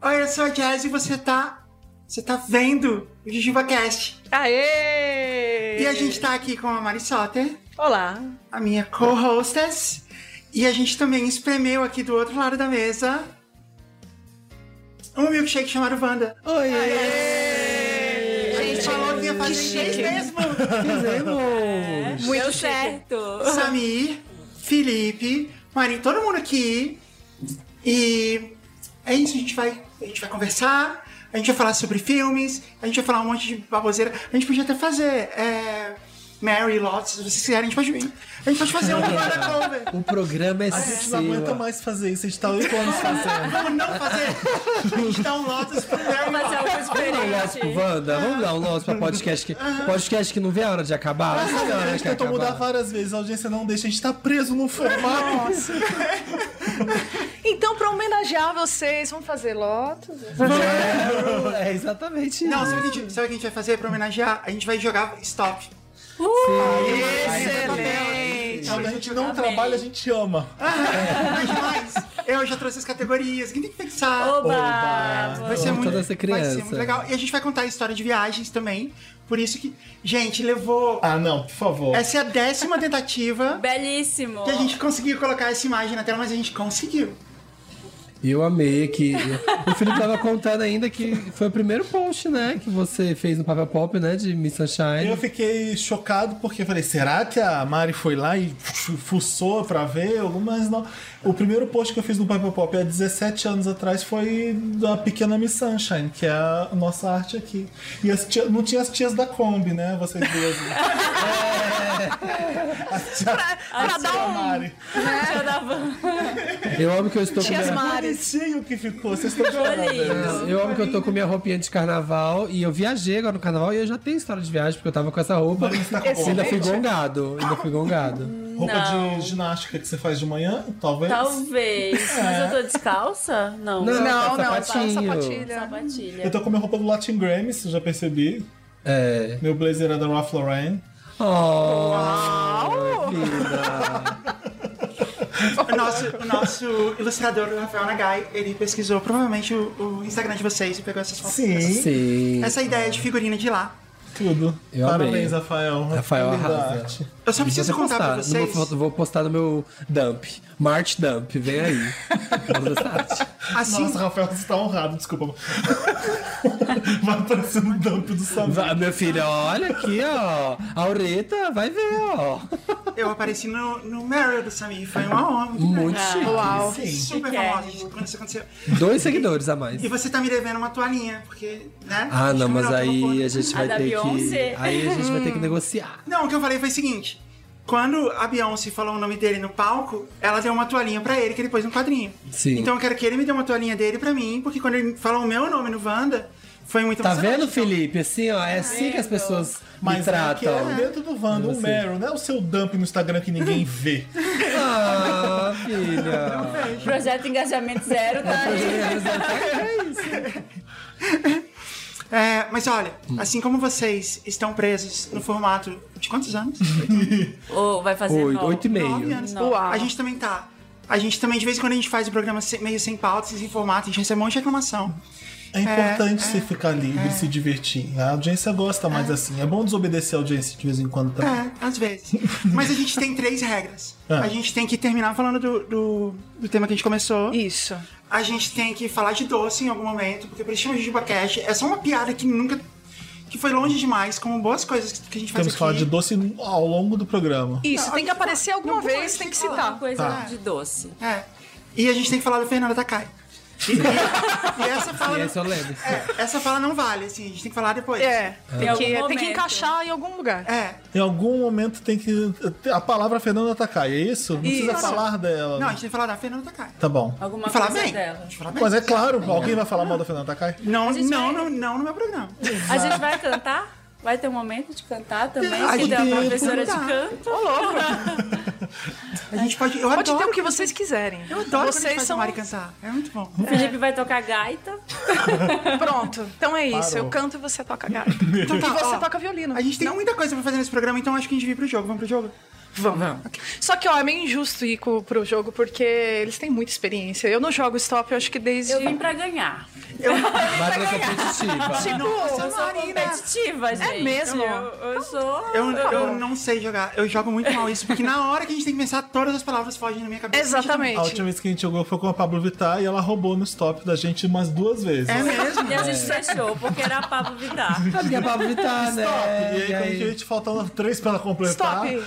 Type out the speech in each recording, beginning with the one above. Olha só, Jazz, você tá. Você tá vendo o JujubaCast. Aê! E a gente tá aqui com a Mari Soter, Olá! a minha co-hostess. E a gente também espremeu aqui do outro lado da mesa um milkshake chamado Wanda. Oi! A gente falou que ia fazer em inglês mesmo. Fizemos! Muito Deu chique. certo. Samir, Felipe, Mari, todo mundo aqui. E é isso, a gente vai, a gente vai conversar, a gente vai falar sobre filmes, a gente vai falar um monte de baboseira. A gente podia até fazer é, Mary Lots, se vocês quiserem, a gente pode, a gente pode fazer um Wanda cover. O programa é A gente não aguenta seu. mais fazer isso, a gente tá oito anos fazendo. Vamos não fazer? A gente dá um Lotus pro Mary Mas é Lotus. algo Vamos dar um lote pro diferente. Wanda? Vamos dar um lote pra podcast que. Podcast que não vê a hora de acabar? Não vê a Ah. A hora gente que tentou mudar acabar. várias vezes, a audiência não deixa, a gente tá preso no formato. Então, pra homenagear vocês, vamos fazer Lotus? É, exatamente. Não, isso. sabe o, que a gente, sabe o que a gente vai fazer pra homenagear? A gente vai jogar stop. Excelente! Quando a gente não trabalha, a gente ama. Mas mais, eu já trouxe as categorias, quem tem que pensar? Oba! Vai ser, Como muito, toda essa vai ser muito criança. legal. E a gente vai contar a história de viagens também. Por isso que, gente, levou. Ah, não, por favor. Essa é a décima tentativa Belíssimo. que a gente conseguiu colocar essa imagem na tela, mas a gente conseguiu. E eu amei que. O Felipe tava contando ainda que foi o primeiro post, né? Que você fez no Papel Pop, né? De Miss Sunshine. É, Eu fiquei chocado porque eu falei, será que a Mari foi lá e fu- fuçou pra ver? Mas não. O primeiro post que eu fiz no Papel Pop há 17 anos atrás foi da Pequena Miss Sunshine, que é a nossa arte aqui. E as tia- não tinha as tias da Kombi, né? Vocês duas. As tia- Ah, pra a dar tia um- Mari. Tia da van. Eu amo que eu estou um, né? Tias com minha... Mares. Bonitinho que ficou, vocês estão chorando. né? Lindo. Eu amo que eu tô com minha roupinha de carnaval e eu viajei agora no carnaval e eu já tenho história de viagem, porque eu tava com essa roupa. Mas tá com E ainda fui gongado. Ainda fui gongado. Roupa Não. de ginástica que você faz de manhã, talvez. Talvez. Mas eu tô descalça? Não. um Não, não, sapatinho. só sapatilha. Eu Sapatilha. tô com a minha roupa do Latin Grammy, se já percebi. É. Meu blazer é da Ralph Lauren. Oh, vida. O nosso, o nosso ilustrador, o Rafael Nagai, ele pesquisou provavelmente o, o Instagram de vocês e pegou essas fotos. Sim, Sim. Essa ideia de figurina de lá. tudo. Eu amei. Parabéns, Rafael. Rafael Linda arrasa. arte. Eu só preciso Vou contar pra postar. Não vocês. Vou, vou postar no meu dump. March Dump, vem aí. Manda essa arte. Assim, Nossa, Rafael, você tá honrado, desculpa. Vai aparecer no dump do Samuel. Vai, meu filho, olha aqui, ó. A Aureta, vai ver, ó. eu apareci no, no Meryl do Samir. Foi uma honra. Muito, Muito chique. Uau! grande. Sim. Super Chique. famosa. gente, Quando isso aconteceu. Dois seguidores a mais. E você tá me devendo uma toalhinha, porque, né? Ah, não, mas Combinou, tomou aí conta. a gente A vai da ter Beyoncé? que. Aí a gente vai ter que negociar. Não, o que eu falei foi o seguinte. Quando a Beyoncé falou o nome dele no palco, ela deu uma toalhinha pra ele que ele pôs no quadrinho. Sim. Então eu quero que ele me dê uma toalhinha dele pra mim, porque quando ele falou o meu nome no Wanda, foi muito Tá emocionante. vendo, Felipe? Assim, ó, é assim que as pessoas me Mas é que é tratam. dentro do Wanda, o Você. Meryl, não é o seu dump no Instagram que ninguém vê. Ah, filha. Projeto Engajamento Zero tá aí. É, mas olha, assim como vocês estão presos no formato de quantos anos? Ou vai fazer Oito, nove. oito e Nove meio. anos. Não. Uau. A gente também tá. A gente também, de vez em quando, a gente faz o programa se- meio sem pauta, sem formato, a gente recebe um monte de reclamação. É importante você ficar livre, se divertir. A audiência gosta mais assim. É bom desobedecer a audiência de vez em quando também. É, às vezes. Mas a gente tem três regras. Ah. A gente tem que terminar falando do, do, do tema que a gente começou. Isso. A gente tem que falar de doce em algum momento, porque por isso chama Jujuba Cash. É só uma piada que nunca. que foi longe demais, como boas coisas que a gente faz Temos que aqui. falar de doce ao longo do programa. Isso, tem que aparecer alguma não pode vez, tem que falar. citar. Coisa Tá. de doce. É. E a gente tem que falar do Fernando Takai. E, e- e essa fala. E esse eu lembro. é, essa fala não vale, assim, a gente tem que falar depois. É, tem Em que, algum tem que momento. encaixar em algum lugar. É. Em algum momento tem que. A palavra Fernanda Takai, é isso? Não precisa Isso. falar dela. né? Não, a gente tem que falar da Fernanda Takai. Tá bom. Alguma E falar coisa bem. dela. Falar bem. Mas é claro, alguém vai falar mal da Fernanda Takai? Não, gente não, vai- não, não no meu programa. A gente vai cantar? Vai ter um momento de cantar também? Ai, Que da tem, professora de tem que canto? Ô, louco! A gente pode. Eu Pode ter adoro. o que vocês quiserem. Eu adoro quando a gente vocês faz são o Mari cantar. É muito bom. O Felipe vai tocar gaita. Pronto. Então é isso. Parou. Eu canto e você toca gaita. Então tá, e você ó, toca violino. A gente tem muita coisa pra fazer nesse programa, então acho que a gente vem pro jogo. Vamos pro jogo? Vamos. Só que, ó, é meio injusto ir co- pro jogo, porque eles têm muita experiência. Eu não jogo stop, eu acho que desde. Eu vim pra ganhar. Marina é Tipo, competitiva. Nossa, Eu sou competitiva, gente. mesmo? Eu, eu sou. Eu, eu não sei jogar. Eu jogo muito mal isso, porque na hora que a gente tem que pensar, todas as palavras fogem na minha cabeça. A Exatamente. última vez que a gente jogou foi com a Pablo Vittar e ela roubou no stop da gente umas duas vezes. É mesmo? E a gente fechou, porque era a Pablo Vittar. Ah, porque é Pablo Vittar, né? Stop! e aí, E quando a aí, gente faltava três pra ela completar. Stop.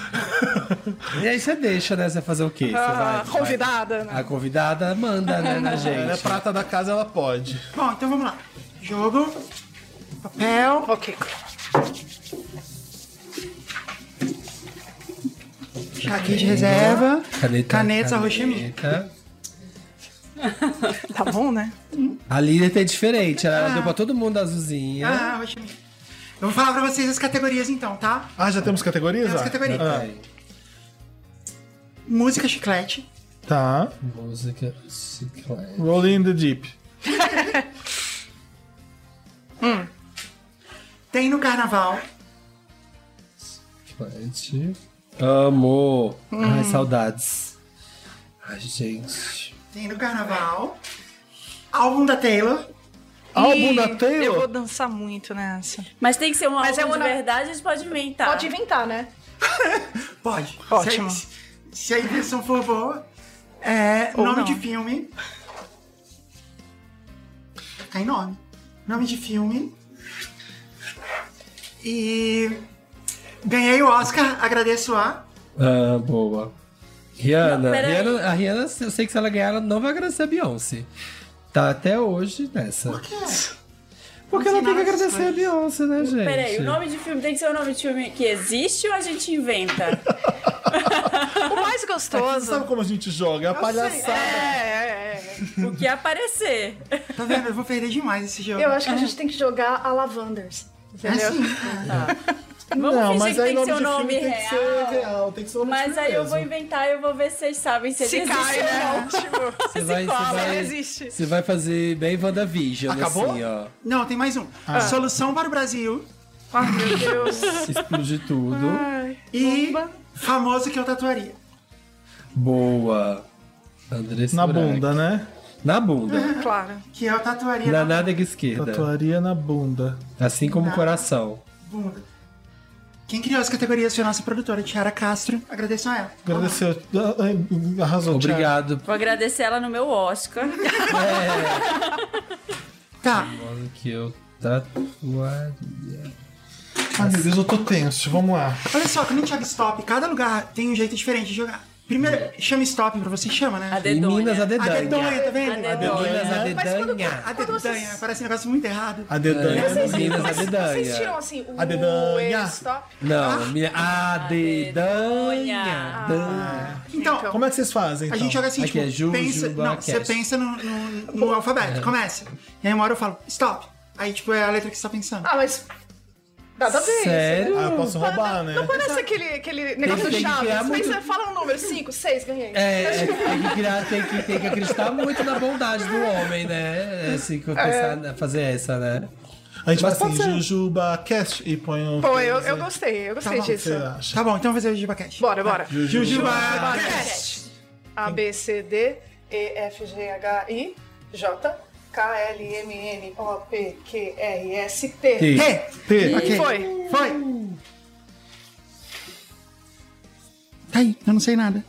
e aí você deixa, né? Você vai fazer o quê? Você vai, Ah, vai- convidada, né? A convidada manda, né, na Ela é gente. prata da casa, ela pode. Bom, então vamos lá. Jogo. Papel. Ok. Aqui de reserva. Canetas, arroz chimia. caneta. Tá bom, né? A líder é diferente, ela ela deu pra todo mundo azulzinha. Ah, arroz chimia. Eu vou falar pra vocês as categorias então, tá? Ah, já temos categorias? Tem as Ah, categorias. ah, Aí, Música chiclete. Tá. música, chiclete. Rolling in the Deep. Tem no carnaval. chiclete. Amo. Ai, saudades. Ai, gente. Tem no carnaval. Álbum da Taylor. Álbum da Ih, Taylor? Eu vou dançar muito nessa. Mas tem que ser uma Mas álbum é de uma- verdade, a gente pode inventar. Pode inventar, né? Pode. Ótimo. Se a, se a invenção for boa. um É, Ou nome não. de filme. Tem nome. Nome de filme. E. Ganhei o Oscar, agradeço a. Ah, boa. Rihanna. Não, peraí. Rihanna- a Rihanna, eu sei que se ela ganhar, ela não vai agradecer a Beyoncé. Tá até hoje nessa. Por quê? Porque ela tem que agradecer a Beyoncé, né, gente? Peraí, o nome de filme tem que ser o nome de filme que existe ou a gente inventa? O mais Você gostoso. sabe como a gente joga? É a palhaçada. É, é, é. O que aparecer. Tá vendo? Eu vou perder demais esse jogo. Eu acho que a gente tem que jogar a Lavanders. Entendeu? Assim, É, Vamos Não, fingir mas que aí tem que nome ser o de nome filme tem que ser real. real, tem que ser o nome de Mas filme aí eu vou mesmo. inventar e eu vou ver se vocês sabem se, Se ele cai, existe ou não. né? Tipo, Você vai, você, cola, né, vai, resiste. você vai fazer bem WandaVision, Acabou? assim, ó. não, tem mais um. Ah. Solução para o Brasil. ai Ah, meu Deus. Explodir tudo. Ai. E Bomba. famoso que eu tatuaria. Boa. Andressa Na Urach. bunda, né? Na bunda. Claro. Que eu tatuaria Na na, nádega esquerda. Tatuaria na bunda. Assim como o coração. bunda. Quem criou as categorias foi a nossa produtora, Tiara Castro. Agradeço a ela. Agradeceu. Ah, ah, Arrasou, Thiago. Obrigado. Vou agradecer ela no meu Oscar. Tá, Mano, que eu tatuaria. Ai, meu Deus, eu tô tenso. Vamos lá. Olha só, quando a gente joga stop, cada lugar tem um jeito diferente de jogar. Primeiro, chama stop pra você, chama, né? A Em dedonha. Minas, a A dedanha. dedonha, tá vendo? A dedonha. Minas, a dedanha. A dedanha, parece um negócio muito errado. A dedanha. É, Minas, a Mas vocês tiram dedanha. assim o A dedanha. stop? Não, minha- a dedanha. dedanha. Dan- Então, Como é que vocês fazem? a então? gente joga assim, Aqui tipo, é Ju, pensa, Juba, não, Cast. você pensa no, no- no alfabeto, começa. E aí uma hora eu falo, stop. Aí, tipo, é a letra que você tá pensando. Ah, mas. Nada a ver. Sério? Ah, eu posso roubar, né? Não parece aquele, aquele negócio Tem- tem do que Chaves. criar Mas muito- você fala um número, 5, 6, ganhei. É, é, tem que criar, tem que, tem que acreditar muito na bondade do homem, né? É Assim que eu pensar, fazer essa, né? A gente Mas faz pode assim, ser. Jujuba Cast e põe o. Pô, eu, eu gostei, eu gostei bom, disso. Você acha? Tá bom, então eu vou fazer o Jubacast. Bora, bora. Jujuba. A, B, C, D, E, F, G, H, I, J, K, L, M, N, O, P, Q, R, S, T. T. T. T. Ok. Foi. Foi. Tá aí, eu não sei nada.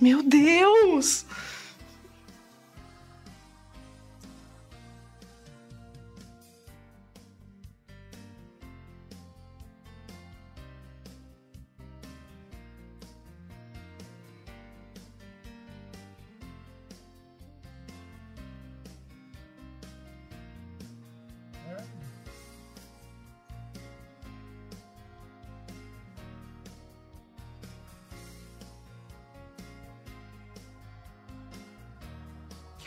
Meu Deus!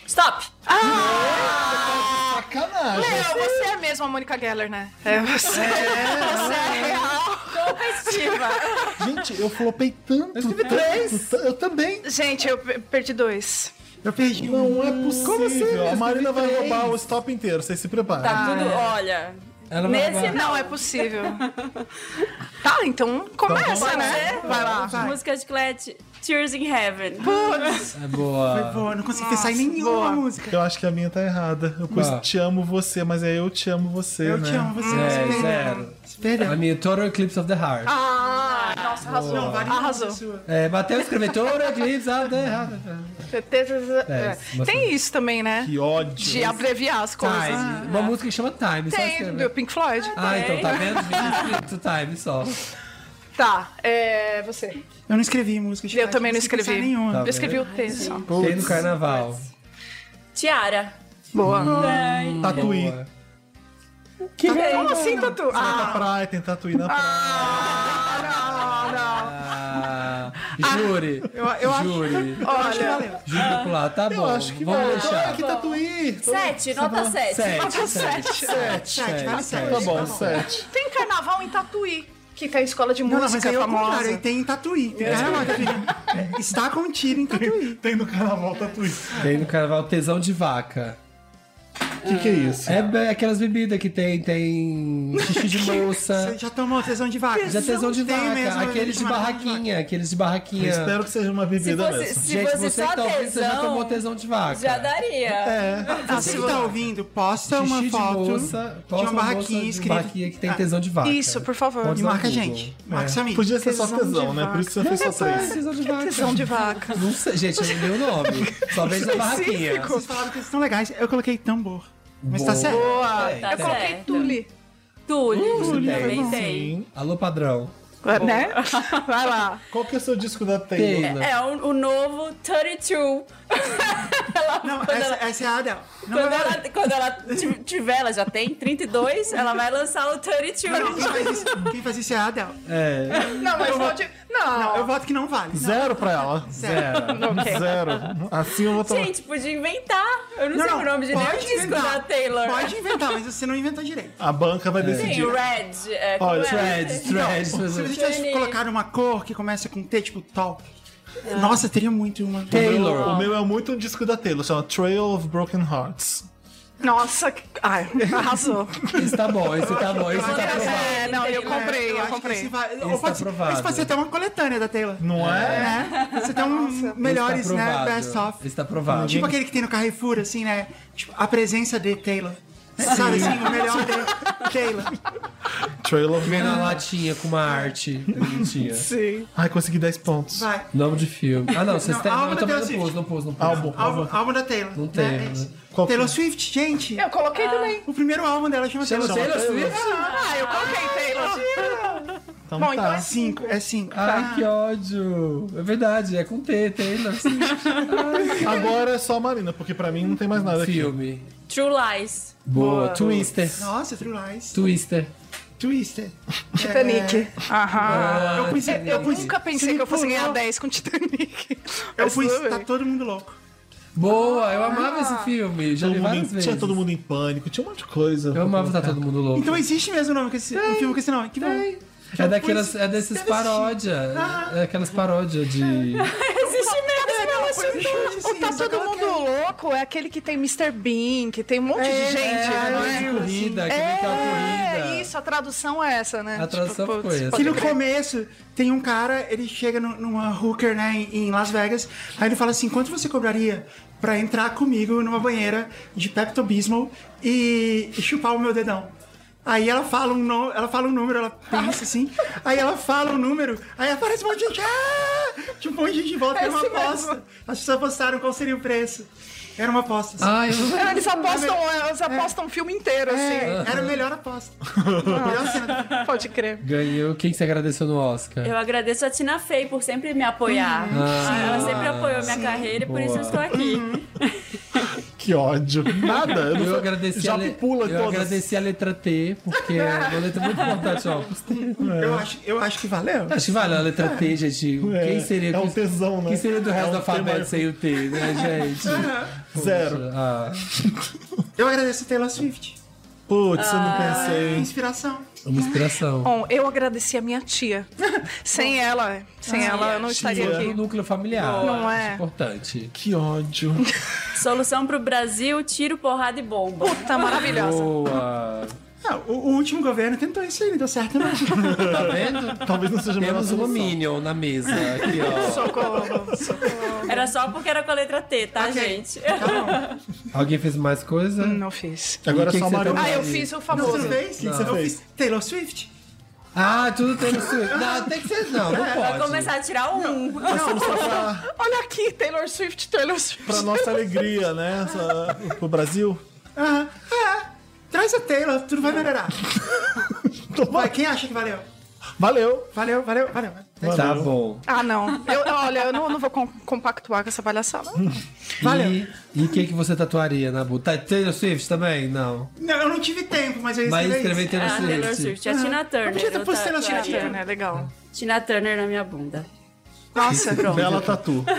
Stop! Sacanagem. tá Léo, você é mesmo a Mônica Geller, né? É você. você é real. competitiva. Gente, eu flopei tanto. Eu escrevi tanto, três. ta- Eu também. Gente, eu pe- perdi dois. Eu perdi. Não é possível. Como assim? Eu A Marina vai escrevi três. roubar o stop inteiro, vocês se preparem. Tá tudo, olha. Ela vai Nesse roubar. não. Não é possível. tá, então começa, vamos lá. né? Vai lá. Música de chiclete, Tears in Heaven. É boa. Foi boa, não consegui pensar em nenhuma boa. música. Eu acho que a minha tá errada. Eu pus Bah. te amo você, mas é eu te amo você, Eu né? te amo, você É, não zero. Espera. A minha Total Eclipse of the Heart. Ah, nossa, arrasou. Não, vale arrasou. não, sua. É, bateu e escreveu Total Eclipse of the Heart. É, É. Tem isso Tá, também, né? Que ódio. De abreviar as coisas. Ah, Time. assim. Uma música que chama Time. só Tem, escreve. do Pink Floyd. Ah, Tem. então tá vendo? Devia ter escrito Time só. Tá, é você. Eu não escrevi música. de Eu verdade, também não consegui pensar escrevi. em nenhuma. Tá. Eu escrevi o texto. só. Tem no carnaval. Tiara. Boa. Ai, Tatuí. Boa. que Como bem. assim, Tatu? Na Ah, praia, tem tatuí na praia. não, não. Ah, Júri. Eu, eu acho. Júri. Olha, Valeu. Júri popular, tá eu bom. acho que Vamos vai. deixar. Ah, que tatuí. Sete, nota sete. Sete, nota sete. sete. Sete, vale sete. Tá bom, sete. Tem carnaval em Tatuí, que tem a escola de Não, não, mas música aí eu famosa. contrário, aí tem tatuí. Tem carnaval, tatuí. Está com um tiro em tatuí. Tem no carnaval tatuí. Tem no carnaval tesão de vaca. O que, que é isso? É be- aquelas bebidas que tem, tem xixi de Você moça. já tomou tesão de vaca? Já tesão de Tem mesmo, vaca, aqueles de chamado barraquinha, aqueles de barraquinha. Eu espero que seja uma Se bebida fosse, mesmo. se Gente, fosse você que só tá ouvindo, você já tomou tesão, tesão de vaca. já daria. É. vaca. Assim, Você que tá ouvindo, posta uma Xixi foto de moça, de uma barraquinha escrita. barraquinha que tem Ah, tesão de vaca. Isso, por favor. E Tesão marca a no É. gente. Marca os amigos. Podia ser só Tesão tesão, de né? Por isso você fez só três. tesão de vaca. Tesão de vaca. Não sei, gente, eu não li o nome. Só vejo a barraquinha. Vocês falaram que eles estão legais. Eu coloquei tambor. Mas tá Boa. certo. Boa. Tá eu coloquei certo. Tule. Tule. tem. Também tem. Sim. Alô, padrão. Né? Vai lá. Qual que é o seu disco da Taylor? Taylor. né? É o, o novo 32. ela, Não, quando, essa, ela, essa é a Adele. Não, quando, ela, quando ela ti- tiver, ela já tem 32, ela vai lançar o um. 32. não, quem faz isso, quem faz isso é a Adele. É, Não, mas pode. Não, eu Não. voto que não vale. Não, Zero pra ela. zero. Ok. Zero. Assim eu vou tomar. Gente, podia inventar. Eu não, Não, sei não, o nome de nenhum pode disco inventar. da Taylor. Pode inventar, mas você não inventou direito. A banca vai Sim, decidir. o Red. É, como Olha, é? Threads, threads. Se você mas- tivesse colocado uma cor que começa com T, tipo top. É. Nossa, teria muito uma. O Taylor. meu é muito um disco da Taylor, chama Trail of Broken Hearts. Nossa, que- ai, arrasou. Esse tá bom, esse tá bom, esse tá bom. É, não, eu comprei, eu acho que esse comprei. vai- Esse ou tá pode ser- aprovado. esse pode ser até uma coletânea da Taylor. Não é? É, você tem um melhores, Esse tá né? aprovado. Best of. Esse tá aprovado. Tipo aquele que tem no Carrefour, assim, né? Tipo, a presença de Taylor. Sabe assim, o melhor de Taylor. Trail of Vem Broken na Hearts. latinha com uma arte bonitinha. Sim. Ai, consegui 10 pontos. Vai. Nome de filme. Ah, não, vocês Não, têm. álbum Não, um eu da também não Taylor pus, Swift. não pus, não pus. Álbum. Álbum, álbum da Taylor. Não né? tem, É né? isso. Qual que- Taylor Swift, gente. Eu coloquei também. O primeiro álbum dela chama Chama Taylor Swift. Taylor Swift? Ah, eu coloquei Taylor. Então Bom, então tá. É cinco, é cinco. Ai, Ah, que ódio. É verdade, é com T, Taylor. Swift. Agora é só a Marina, porque pra mim não tem mais nada aqui. filme. True Lies. Boa. Boa. Twister. Nossa, True Lies. Twister. Twister. Titanic. Aham. Ah, Eu pus, eu, É. Eu pus, nunca pensei Sim, que eu fosse pulou. ganhar 10 com Titanic. eu Mas pus, tudo tá bem. todo mundo louco. Boa, eu amava Ah. esse filme. Já Todo vi mundo várias em- vezes. tinha todo mundo em pânico, tinha um monte de coisa. Eu amava estar todo mundo louco. Então existe mesmo um nome com esse, um filme com esse nome. Que bom. é daquelas, pus- é desses deve existir. paródia. Ah. É aquelas paródias de. Existe mesmo. Não, foi um chute, assim, Tá só todo coloquei. mundo louco é aquele que tem Mr. Bean, que tem um monte É, de gente, é, não É, é? de é? corrida, que vem aquela corrida. É, isso, a tradução é essa, né? A tradução putz, ficou essa. Que pode no crer. começo tem um cara, ele chega nu- numa hooker, né, em em Las Vegas, aí ele fala assim: quanto você cobraria pra entrar comigo numa banheira de Pepto Bismol e, e chupar o meu dedão? Aí ela fala, um no- ela fala um número, ela pensa assim, aí ela fala um número, aí aparece um monte de gente, ah! tipo um monte de gente de volta, era uma Esse mesmo. aposta. As pessoas apostaram qual seria o preço. Era uma aposta. assim. Ai, Ah, eu É, Eles apostam, eles apostam o filme inteiro, assim. É, era a melhor aposta. A melhor cena do filme. Pode crer. ganhou. Quem que você agradeceu no Oscar? Eu agradeço a Tina Fey por sempre me apoiar. Uhum. Ah, Ela sempre apoiou minha carreira e por isso eu estou aqui. Uhum. Que ódio. Nada. Eu, não Eu sei- agradeci, Já a, le- pula eu todas. agradeci a letra T, porque é uma letra muito importante, ó. Eu acho, eu acho que valeu. Acho que vale a letra T, gente. É, Quem seria. é um tesão, né? Quem seria do É resto um do alfabeto tema- sem o T, né, gente? Zero. Ah, Eu agradeço a Taylor Swift. Putz, eu não é pensei. Ah, Inspiração. é Uma inspiração. Bom, eu agradeci a minha tia. sem ela, sem ela, eu não estaria tia. Fora do aqui. É um núcleo familiar. Não é. Importante. Que ódio. Solução pro Brasil, tiro, porrada e bomba. Tá maravilhosa. Boa. Ah, o, o último governo tentou isso aí, não deu certo, não. Tá vendo? Talvez não seja a melhor Temos uma solução. Minion na mesa. Aqui, ó. Socorro, socorro. Era só porque era com a letra T, tá, Ok. gente? Alguém fez mais coisa? Não fiz. Agora E o que só que você Mario tá- Ah, eu Bros. fiz o Não, você famoso. não fez? que você Eu fez? fiz Taylor Swift. Ah, tudo tem no Switch. Não, tem que ser. Não, não Vai pode. começar a tirar um. Olha aqui, Taylor Swift, Taylor Swift. Pra nossa alegria, né? Essa- Pro Brasil. Aham. É. Traz a Taylor, tudo vai melhorar. vai, quem acha que valeu? Valeu. Valeu, valeu, valeu. Tá Valeu. bom. Ah, não. Eu, olha, eu não, não vou com- compactuar com essa palhaçada. Valeu. E o que, que você tatuaria, Nabu? Tá, Taylor Swift também? Não. Não, eu não tive tempo, mas eu é Mas escrevi escrever isso. Taylor Ah, Swift. Taylor Swift. A Tina Turner. Podia ter eu posto Taylor tatuava. Swift. Tia, né? Legal. Tina Turner na minha bunda. Nossa, pronto. Bela tatu. Eu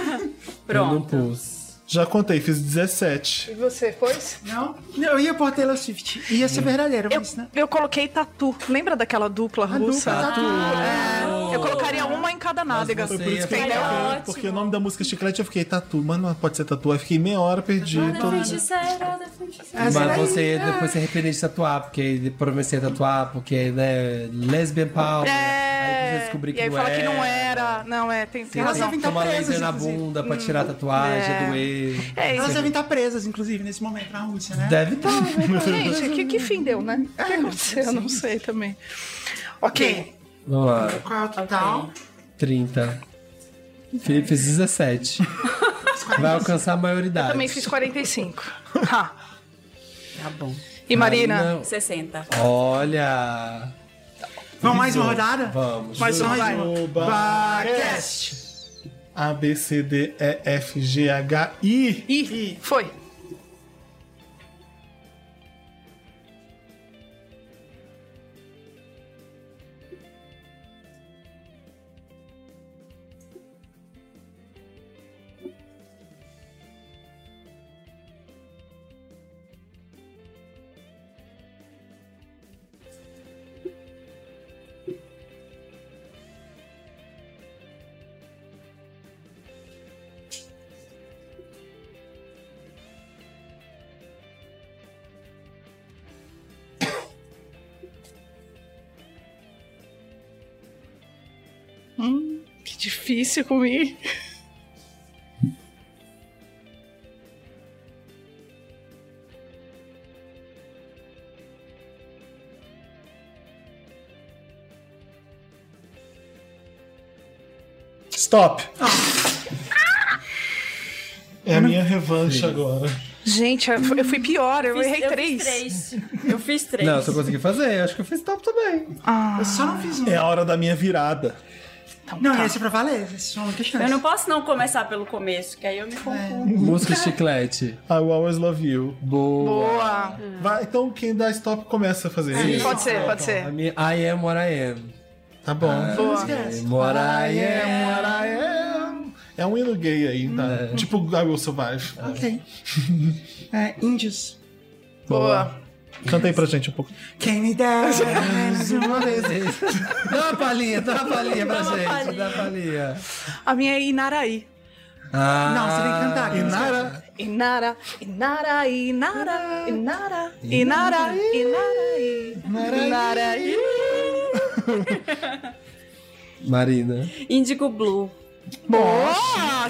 não Pronto. pus. Já contei, fiz 17. E você, pois? Não? Não, eu ia pôr Taylor Swift. Ia Hum. ser verdadeiro, Eu, mas, né? eu coloquei tatu. Lembra daquela dupla A russa? dupla, Eu colocaria uma em cada nádega. você- Foi por isso que eu Entendeu? fiquei, Ótimo. porque o nome da música é Chiclete eu fiquei tatu, mas não pode ser tatu. Aí fiquei meia hora perdido. Da feiticeira, da Ah, feiticeira. Essa Mas daí, você depois se arrependeu de tatuar, porque aí depois você ia tatuar, porque, né, lesbian power. né? Aí você É. descobriu que e aí não fala era. que não era. Não, é, tem, tem Elas razão. devem estar Tomar laser presas, na inclusive. bunda pra tirar a tatuagem, É. doer. É Elas isso. devem estar presas, inclusive, nesse momento na Rússia, né? Deve estar. Gente, que, que fim deu, né? O que aconteceu? Eu não sei também. Ok. Ok. Vamos lá, Qual é o total? 30. Felipe fez 17. Vai alcançar a maioridade. Também fiz 45. Ha. Tá bom. E Marina? Marina, 60. Olha. Vamos mais uma rodada? Vamos. Mais uma. Mais uma. Oba. Barcast. A, B, C, D, E, F, G, H, I. Ih, foi. Que difícil comigo. Stop. É a minha revanche agora. Gente, eu fui- eu fui pior, eu, Fiz- errei três. Fiz três. Eu fiz três. Não, se eu consegui fazer, eu acho que eu fiz top também. Eu só não fiz um. É a hora da minha virada. Não, esse é pra valer. Esse é só uma questão. Eu não posso não começar pelo começo, que aí eu me confundo. Música chiclete. I will always love you. Boa. Boa. Vai, então quem dá stop começa a fazer isso. Pode ser, pode A ser. minha I am what I am. Tá bom. Boa. Esquece. What I I am am. what I am. É um hino gay aí, tá? Tipo I Will Survive. Ok. É, índios. Boa. Canta aí pra gente um pouco. Quem me dera menos uma vez. Dá uma palhinha, dá uma palhinha pra Dá uma gente. palhinha. Dá uma palhinha. A minha é Inaraí. Ah, Não, você tem que cantar. Inara. Inara, Inara, Inara, Inara, Inara, Inara, Inara, Marina. Índigo Blue. Boa!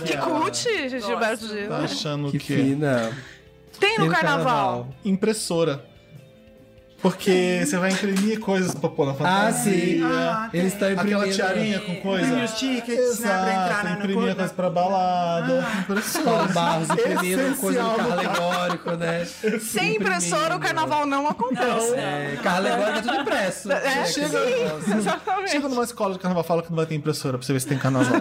Que curte, Gilberto Gil. Tá achando Que que. fina. Tem no Tem carnaval. Impressora. Porque você vai imprimir coisas pra pôr na fantasia. Ah, sim. Ah, tem. tá. Eles estão imprimindo. Aquela tiarinha com coisa. Imprime os tickets, né, pra entrar na- Exato, na imprimir cor- a coisa pra balada. Ah. Impressora. Paulo Barros imprimindo coisa do Essencial carro do carro. alegórico, né? Sem impressora, o carnaval não acontece. É, carro alegórico é tudo impresso. É, Chega sim, exatamente. Chega numa escola de carnaval fala que não vai ter impressora pra você ver se tem carnaval.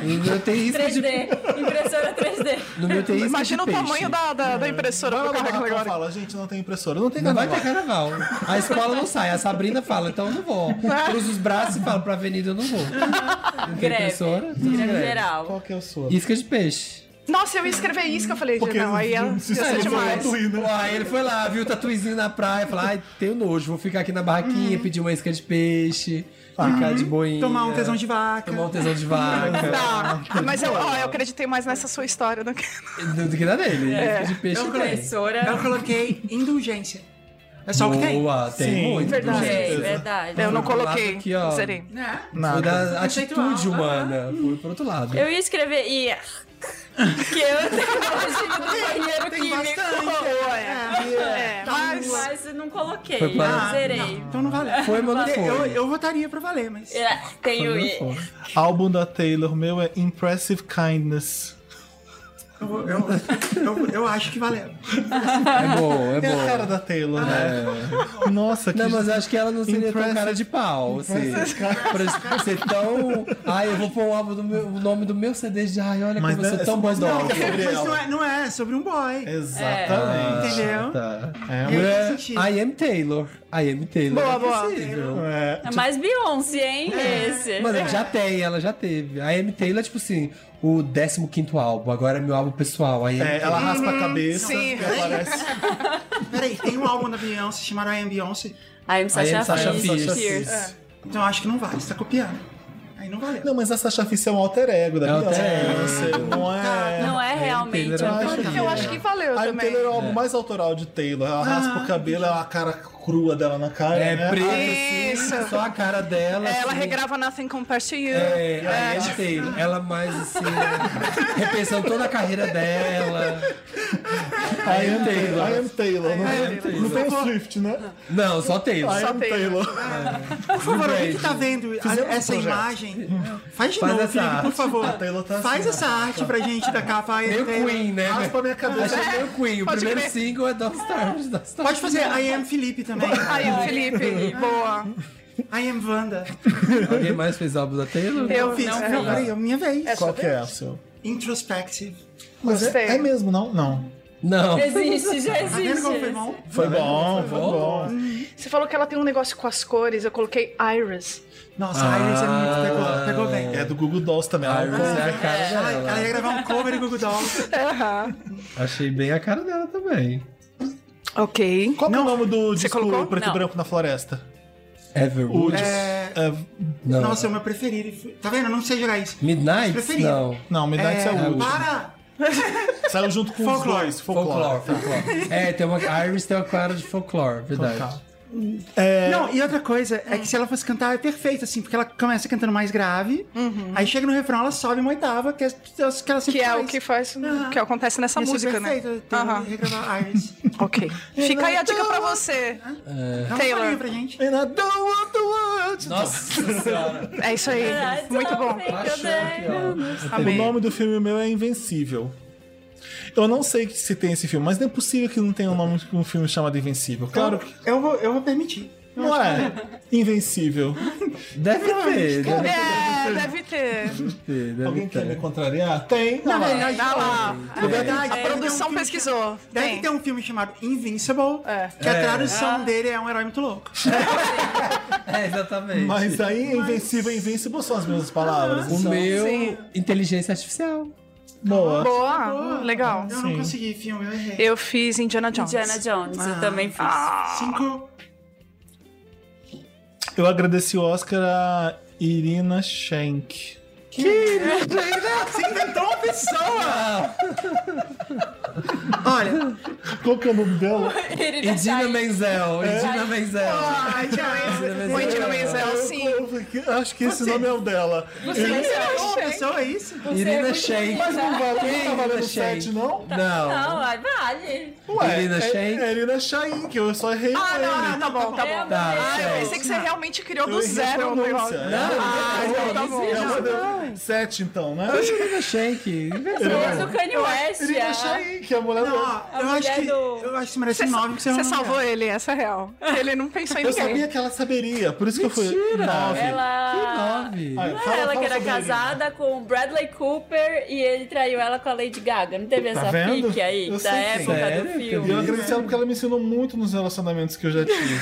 Ainda tem isca é de... 3D. Impressora 3D. No meu tem isca Imagina é de o tamanho peixe. da, da, da impressora Vai do lá no carnaval barracão e agora. fala, gente, não tem impressora. Não tem Não vai carnaval. ter carnaval. A escola não sai. A Sabrina fala, então eu não vou. Cruza os braços e fala, pra avenida eu não vou. Não tem Greve. é impressora? tudo Greve greve. geral. Qual que é o seu? Isca de peixe. Nossa, eu ia escrever isso que eu falei, Porque não, aí não- ela não se ia ser escreveu demais. tudo. Tatuí, né? Pô, Aí ele foi lá, viu o tatuizinho na praia, falou: ai, tenho nojo, vou ficar aqui na barraquinha, pedir uma isca de peixe, ficar de boinha. Hum. Tomar um tesão de vaca. Tomar um tesão de vaca. Tá, mas eu, ó, eu acreditei mais nessa sua história do que. Do do que na dele. É. Isca de peixe Eu tem. Professora. Eu coloquei indulgência. É só o que tem. Boa, tem Sim, muito. verdade. gente. É, certeza. verdade. Eu não Foi pro lado coloquei. aqui, ó. Zerei. Né? Foi Nada. da Conceitual. atitude humana. Foi pro outro lado. Eu ia escrever IR. Que eu tenho um nojo do banheiro Tem químico. bastante. É, Tá mas. Mas eu não coloquei. Foi pra- Eu zerei. Então não vale. Foi, mas não foi. Eu, eu votaria pra valer, mas. É, Tenho Foi, IR. não foi. Álbum da Taylor, o meu é Impressive Kindness. Eu, vou- eu, eu, eu acho que valeu. É bom, é É um a cara bom. da Taylor, né? Nossa, que. Não, mas eu acho que ela não seria tão Impressive- cara de pau. Assim, pra ser tão. Ai, eu vou pôr o álbum do meu- o nome do meu CD de. Ai, olha Mas como eu sou não- tão não, bodoca. é sobre Mas não ela. é, não é, é sobre um boy. Exatamente. Entendeu? Tá. É, Eu- mas- Mulher, sentido. I am Taylor. I am Taylor. Boa, é boa. possível. é, É mais Beyoncé, hein? É. Esse. Mano, já tem, ela já teve. A M Taylor é tipo assim, o 15 álbum, agora é meu álbum pessoal. Aí é, ela raspa a cabeça, sim. que aparece. Peraí, tem um álbum da Beyoncé chamado I Am Beyoncé. I'm I am Sasha Sasha Fierce. Fierce. Fierce. Então eu acho que não vale, você tá copiando. Aí não valeu. Não, mas a Sasha Fierce é um alter ego da É alter Beyoncé. Não é. Não é Taylor realmente. é eu mais coloquei. Eu acho que valeu A também. Taylor é algo mais autoral de Taylor. Ela raspa o cabelo, é a cara crua dela na cara. é né? preta, Isso. assim, só a cara dela. Ela assim. regrava Nothing Compares to You. É, a M Taylor. Ela mais assim, repensando toda a carreira dela. I am Taylor. Taylor. I am Taylor. Não, é? am Taylor. não tem o Swift, né? Não, só Taylor. I am Taylor. Taylor. Por favor, alguém que tá vendo a- Fizemos essa um projeto. imagem, faz de Faz novo, essa Felipe, por arte. favor. A Taylor tá faz assim, essa arte pra gente da capa I Am Meio Taylor. Queen, né? Raspa a minha cabeça. Achei meio Queen. O Pode primeiro crer. single é Don't Stars. Don't Stars. Pode fazer I Am Felipe também. Aí, Felipe, boa. I Am Wanda. Alguém mais fez álbum da Taylor? Eu Fiz. não Não, vi. peraí, é minha vez. É Qual que é o seu? Introspective. Mas Gostei. é, é mesmo, não? Não. Não. Existe, já Tá vendo como foi existe. bom? Foi bom, foi bom. Você falou que ela tem um negócio com as cores, eu coloquei Iris. Nossa, a Iris é muito. Pegou, pegou bem. É do Google Dolls também. Ah, ela é a cara Ela, dela. ela ia gravar um cover do Google Dolls. Achei bem a cara dela também. Ok. Qual que é o nome do disco colocou? preto e Não. branco na floresta? O Everwood. disco- é, Não. Nossa, é o meu preferido. Tá vendo? Eu não sei jogar isso. Midnight? preferido. Não. Não, Midnight é, o último. Para! Saiu junto com Folklore. os dois. Folklore, Folklore. tá. folklore. É, tem uma. A Iris tem uma cara de folklore, verdade. Tá. Não, e outra coisa é que se ela fosse cantar é perfeito, assim, porque ela começa cantando mais grave, aí chega no refrão, ela sobe uma oitava, que é que ela sempre Uhum. Que é o faz. que faz, Aham. que acontece nessa Ia ser música, né? perfeito, Tem Aham. que regravar Iris. Ok. Fica aí a dica pra você. Dá uma Taylor. palhinha pra gente. And I don't want the world. Nossa senhora. tá É isso aí. tá Muito bom. O Amei. nome do filme meu é Invencível. Eu não sei se tem esse filme, mas não é possível que não tenha um nome de um filme chamado Invencível. Claro que Eu vou, eu vou permitir. não é. Invencível. Deve ter, deve É, deve ter. ter, deve Alguém quer me ter. contrariar? Tem. Na Ah, verdade, Tá lá. é. na verdade, A produção deve ter um filme pesquisou. chamado- Deve Tem. ter um filme chamado Invincible, É. que a tradução dele é um herói muito louco. É, exatamente. Mas é aí, Invencível e Invincible são as mesmas palavras. Então, o São- meu, Sim. inteligência artificial. um Boa. Boa, legal. Eu não consegui filme, eu errei. Eu fiz Indiana Jones. Indiana Jones, Ah. eu também fiz. Cinco. Eu agradeci o Oscar a Irina Schenk. Você inventou uma pessoa! Ah, Olha, Qual que é o nome dela? É Edina tá Menzel, Edina Menzel. ai, tchau. é O Indiana Menzel, sim. Eu fiquei- acho que esse nome é o dela. Irina- Inventou uma pessoa, é isso? Irina Shayk. Mas não vale, não tá valendo Irina Shayk. sete, não? Não. Não, ai, vale. Ué, Irina é- Shayk. É Irina Shayk, que eu só errei Ah, o não, M. não, tá bom, tá bom. Tá, Ah, eu Shayk. pensei que você realmente criou Eu do errei a zero o pronúncia. negócio. Não, Ah, então tá bom. é uma de- Sete, então, né? Irina Shayk. Fez o é Kanye West. Irina ah. Shayk, a mulher Não, do... ó, eu acho mulher que. do- Eu acho que merece Você, um nove, porque você é um você nome salvou dela. ele, essa é real. Ele não pensou em Eu ninguém. sabia que ela saberia, por isso que eu fui Mentira. nove. Ela. Nove. Ah, Não fala- era ela fala que era sobre a Irina. casada com o Bradley Cooper e ele traiu ela com a Lady Gaga. Não teve essa vendo? pique aí Eu da sei quem. época Sério? do E eu filme? agradeci ela porque ela me ensinou muito nos relacionamentos que eu já tive.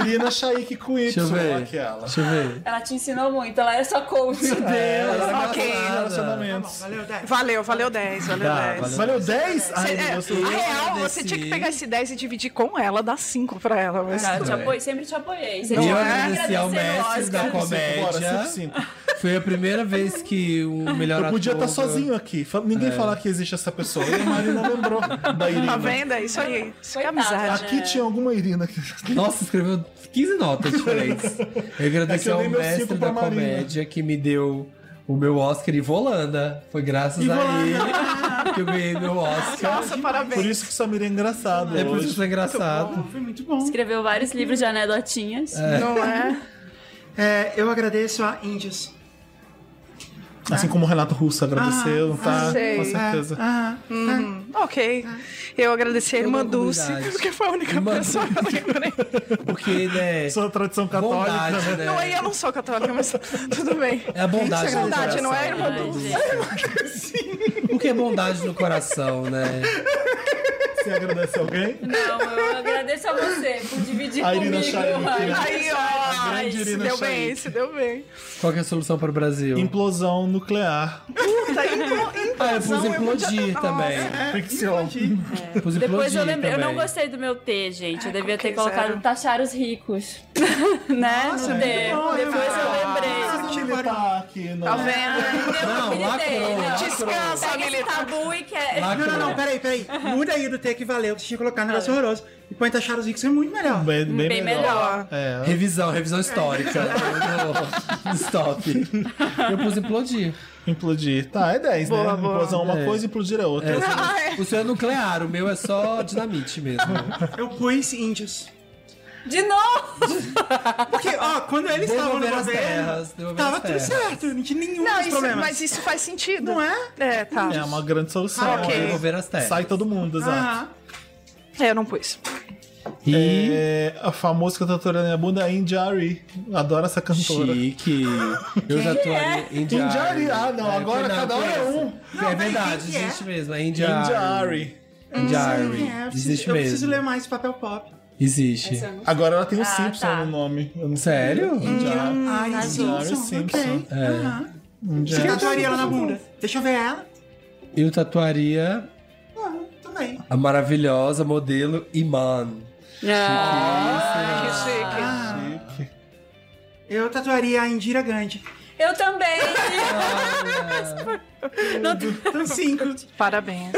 Irina Shayk com Deixa eu Y, ver. aquela. Deixa eu ver. É, Ela te ensinou muito, ela era sua coach. Meu Deus. relacionado Ok. a Tá bom, relacionamentos. valeu, Dé. Valeu, valeu 10, valeu Dá, 10. Ah, valeu. Valeu 10? Ai, Cê- é, meu Deus, a real, eu você agradeci. tinha que pegar esse 10 e dividir com ela, dar 5 pra ela. Mas... Cara, eu te Não é. apoio, sempre te apoiei. Você E eu tinha que agradeci ao agradecer no mestre da Oscar. Bora, comédia. 5-5. Foi a primeira vez que o melhor Eu podia ator estar ganhou. sozinho aqui. Fa- Ninguém É. falar que existe essa pessoa. E a Marina lembrou da Irina. Tá vendo? É isso aí. Isso que é Coitada, amizade. Aqui É. tinha alguma Irina que. Nossa, escreveu 15 notas diferentes. Eu É que agradeci eu dei ao meu mestre cinco pra da Marina. comédia que me deu o meu Oscar e Volanda. Foi graças a ele que eu ganhei meu Oscar. Nossa, parabéns. Por isso que o Samir é engraçado. É por isso hoje. que isso é engraçado. Foi muito bom. Escreveu vários livros de anedotinhas. Não é? É, eu agradeço a Índios. Assim como o Renato Russo agradeceu, tá? sei. Com certeza. Ah, Ok. Eu agradeci a irmã Toda a Dulce, comunidade. porque foi a única Irmã pessoa que eu lembrei. Porque, né? Sou da tradição católica. Bondade, né? Não, aí eu não sou católica, mas tudo bem. É a bondade, Isso é do bondade, Verdade, coração. né? não é, irmã Ai, Dulce? gente. O que é bondade no coração, né? Você agradece alguém? Não, eu agradeço a você por dividir A Irina comigo. Shayk, a Irina né? Aí, Shayk. ó. grande Irina Deu Shayk. bem, se deu bem. Qual que é a solução para o Brasil? Implosão nuclear. Tá indo. ah, eu pus eu podia- implodir Nossa. também. Ficção. Pus Depois eu implodir lembrei, eu não também. gostei do meu T, gente. Eu devia ter qualquer colocado zero. taxar os ricos. né? Nossa, no muito T. bom, Depois eu cara. lembrei. Ah, Não militar aqui, não. Tá vendo? Entendeu? Não, Eu militei, lacrou, não. lacrou. Descansa, Pega esse militante. tabu e quer. Lacrou. Não, não, não, peraí, peraí. Muda aí do T que valeu, que você tinha que colocar no negócio horroroso. E põe taxar os ricos, é muito melhor. Bem, bem Bem melhor. melhor. É. Revisão, revisão histórica. Eu não- Stop. Eu pus implodir. Implodir. Tá, é 10, Boa, né? boa. Implosão é uma É. coisa, implodir é outra. Ah, é. O seu é nuclear, o meu é só dinamite mesmo. Eu pus Índios. De novo! Porque, ó, quando eles estavam no Devolver as governo, terras, devolver tava as tudo terras. certo, não tinha nenhum Não, dos isso- problemas. mas isso faz sentido. Não é? É, tá. É uma grande solução. Ah, ok. Devolver as terras. Sai todo mundo, exato. Aham. É, eu não pus. E É, a famosa cantora na minha bunda é India Ari. Adoro essa cantora. chique. Eu já tô ali. India India Ari. Ari, ah, não, agora foi- cada um é conheço. um. Não, é mas verdade, quem que é? existe mesmo. É India, Ari. India Ari. India Ari. Quem é? Eu preciso- Existe eu mesmo. preciso ler mais papel pop. Existe. Agora ela tem um Ah, Simpson tá. no nome. Eu não sei. Sério? India Ari. Ai, Simpson, Simpson. ok. É. Aham. India Você Ari. tatuaria ela na bunda? Deixa eu ver ela. Eu tatuaria Ah, também. a maravilhosa modelo Iman. Que chique. Ah. Ah, Eu tatuaria a Indira Gandhi. Eu também! Então, cinco. Parabéns.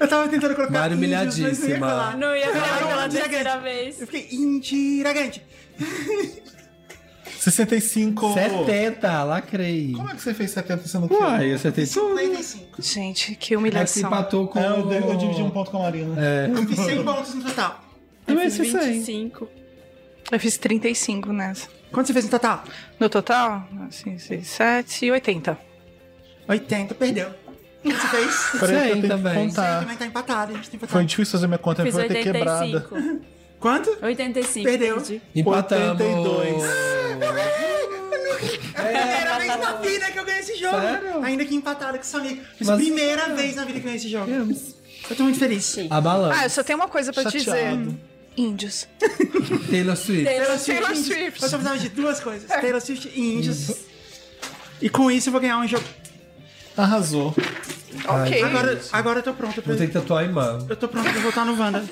Eu tava tentando colocar Mário índios, mas não ia humilhadíssima. falar. Não ia falar Não, pela Indira terceira Gandhi. vez. Eu fiquei Indira Gandhi. 65. 70, lacrei. Como é que você fez 70 sendo que? é? Uai, eu acertei tudo. 95. Gente, que É que você humilhação. empatou com... É, eu, dei- eu dividi um ponto com a Marina. É. Eu fiz 100 pontos no total. Eu Também fiz se sei. 25. Eu fiz 35 nessa. Quanto você fez no total? No total, assim, 6, 7 e 80. 80, perdeu. Quanto você fez? Peraí que Sim, eu tenho que também. contar. Também tá empatado, a gente tem empatado. Foi difícil fazer minha conta, Fiz foi ter quebrada. 85. Quanto? 85. Perdeu. perdi. Empatamos. 82. É a primeira vez na vida que eu ganhei esse jogo. Sério? Ainda que empatado com seu amigo. Mas, Mas- é. primeira vez na vida que eu ganhei esse jogo. Eu tô muito feliz. A balança. Ah, eu só tenho uma coisa pra te dizer. Chateado. Índios. Taylor Swift. Taylor Taylor Swift. Taylor e índios. Swift. É. Eu só precisava de duas coisas. Taylor Swift e índios. E com isso eu vou ganhar um jogo. Arrasou. ok. Agora, agora eu tô pronto pra... É Vou ter que tatuar Iman. Eu tô pronto pra voltar no Wanda.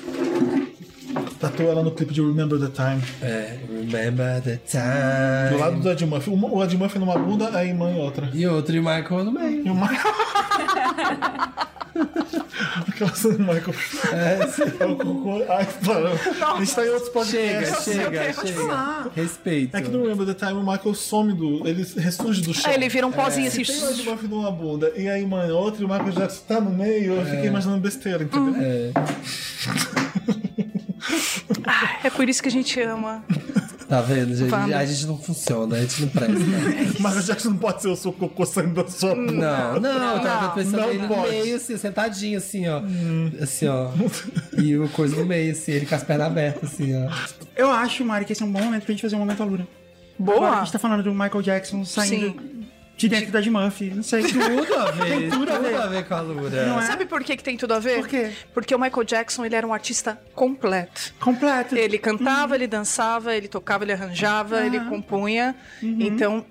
Tatuou ela no clipe de Remember the Time. É, remember the time. Do lado do Ed Murphy. Uma- O Ed Murphy numa bunda, a irmã em outra. E outro e o Michael no meio. E o Michael. Aquela cena do Michael. É, o cocô. Ai, parou. A gente tá em outros Chega, podcasts. chega, chega. Respeito. É que no Remember the Time o Michael some do. Ele ressurge do chão. Ah, ele É. vira um pozinho assim. Tem o Ed Murphy numa bunda e aí, mano, outra e o Michael Jackson tá no meio, eu fiquei imaginando besteira, entendeu? É, Ah, É por isso que a gente ama. tá vendo, gente? Vamos. A gente não funciona, a gente não presta. O Michael Jackson não pode ser o seu cocô saindo da sua bunda. Não, não, eu tava Não, pensando não ele no pode. meio, assim, sentadinho, assim, ó. Assim, ó. E o coisa no meio, assim, ele com as pernas abertas, assim, ó. Eu acho, Mari, que esse é um bom momento pra gente fazer um momento à Luna. Agora que a Boa. gente tá falando do Michael Jackson saindo de dentro da Ed Murphy. Não sei. Tudo a ver, Tem tudo a ver. com a Lura. Não é? Sabe por que, que tem tudo a ver? Por quê? Porque o Michael Jackson ele era um artista completo. Completo. Uhum. Ele cantava, ele dançava, ele tocava, ele arranjava, ele compunha. Então,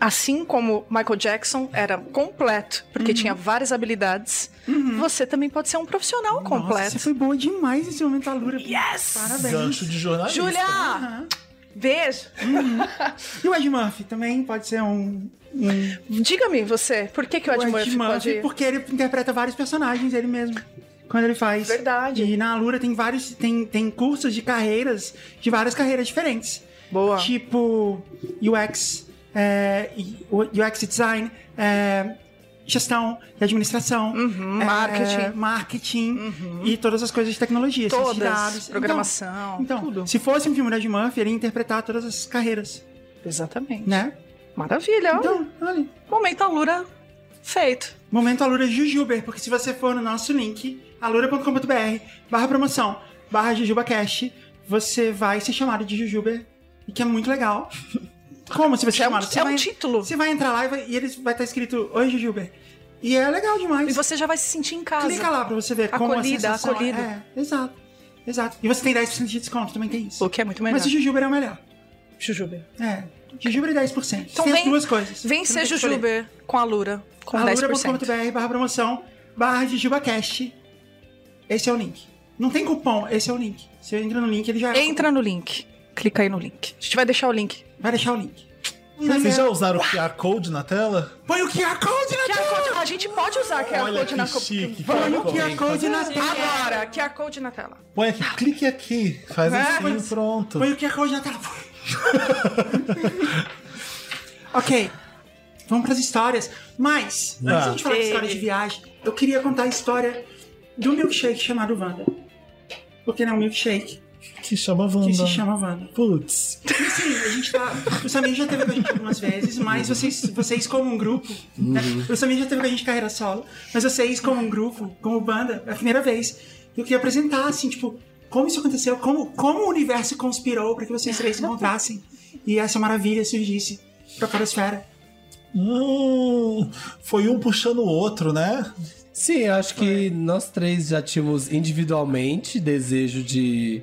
assim como Michael Jackson era completo, Uhum. porque tinha várias habilidades, você também pode ser um profissional Nossa, completo. você foi boa demais esse momento da Lura. Yes! Parabéns. Gancho de jornalista. Julia! Aham. Beijo. E o Ed Murphy também pode ser um. um Diga-me você, por que, que o Ed Murphy pode... porque ele interpreta vários personagens ele mesmo. Quando ele faz. Verdade. E na Alura tem vários. Tem, tem cursos de carreiras, de várias carreiras diferentes. Boa. Tipo UX, é, e- UX design, é, gestão e administração, Uhum, é, marketing. Uhum. marketing e todas as coisas de tecnologia, ciência de Todas, dados. Então, programação, Então, tudo. se fosse um filme do Ed Murphy, ele ia interpretar todas as carreiras, Exatamente. né? Maravilha. ó. Então, olha. Momento Alura feito. Momento Alura Jujuber, porque se você for no nosso link, alura.com.br, barra promoção, barra JujubaCast, você vai ser chamado de Jujuber, e que é muito legal. Como se você É um- chamado? Você é um vai- título. Você vai entrar lá e, vai, e eles vai estar escrito Oi Jujuber. E é legal demais. E você já vai se sentir em casa. Clica lá pra você ver como a Acolhida, sensação acolhido. É, exato. Exato. E você tem 10% de desconto, também tem isso. O que é muito melhor. Mas o Jujuber é o melhor. Jujuber. É. Jujuber é 10%. Então tem vem, as duas coisas. vem Você não ser tem que escolher. Jujuber com a Lura, com 10%. alura.com.br barra promoção barra JujubaCast. Esse é o link. Não tem cupom, esse é o link. Se eu entra no link, ele já Entra no link. Clica aí no link. A gente vai deixar o link. vai deixar o link. Né? Vocês já usaram o QR Code na tela? Põe o QR Code na QR tela! Code, é a gente pode usar QR Olha Code que na co- chique. Põe o Põe QR Code na tela! Agora, QR Code na tela. Põe aqui, clique aqui. Faz É, Vai, assim, mas- pronto. Põe o QR Code na tela! ok. Vamos pras histórias. Mas, antes de a gente falar de história de viagem, eu queria contar a história do milkshake chamado Wanda. Porque não é um milkshake Que chama Wanda. que se chama Wanda. Putz. Sim, a gente tá. O Samir já teve com a gente algumas vezes, mas vocês, vocês como um grupo. Né? O Samir já teve com a gente carreira solo, mas vocês como um grupo, como banda, é a primeira vez. Eu queria apresentar, assim, tipo, como isso aconteceu, como, como o universo conspirou pra que vocês três se encontrassem e essa maravilha surgisse pra Podosfera. Hum, foi um puxando o outro, né? é- Sim, eu acho que nós três já tínhamos individualmente desejo de, de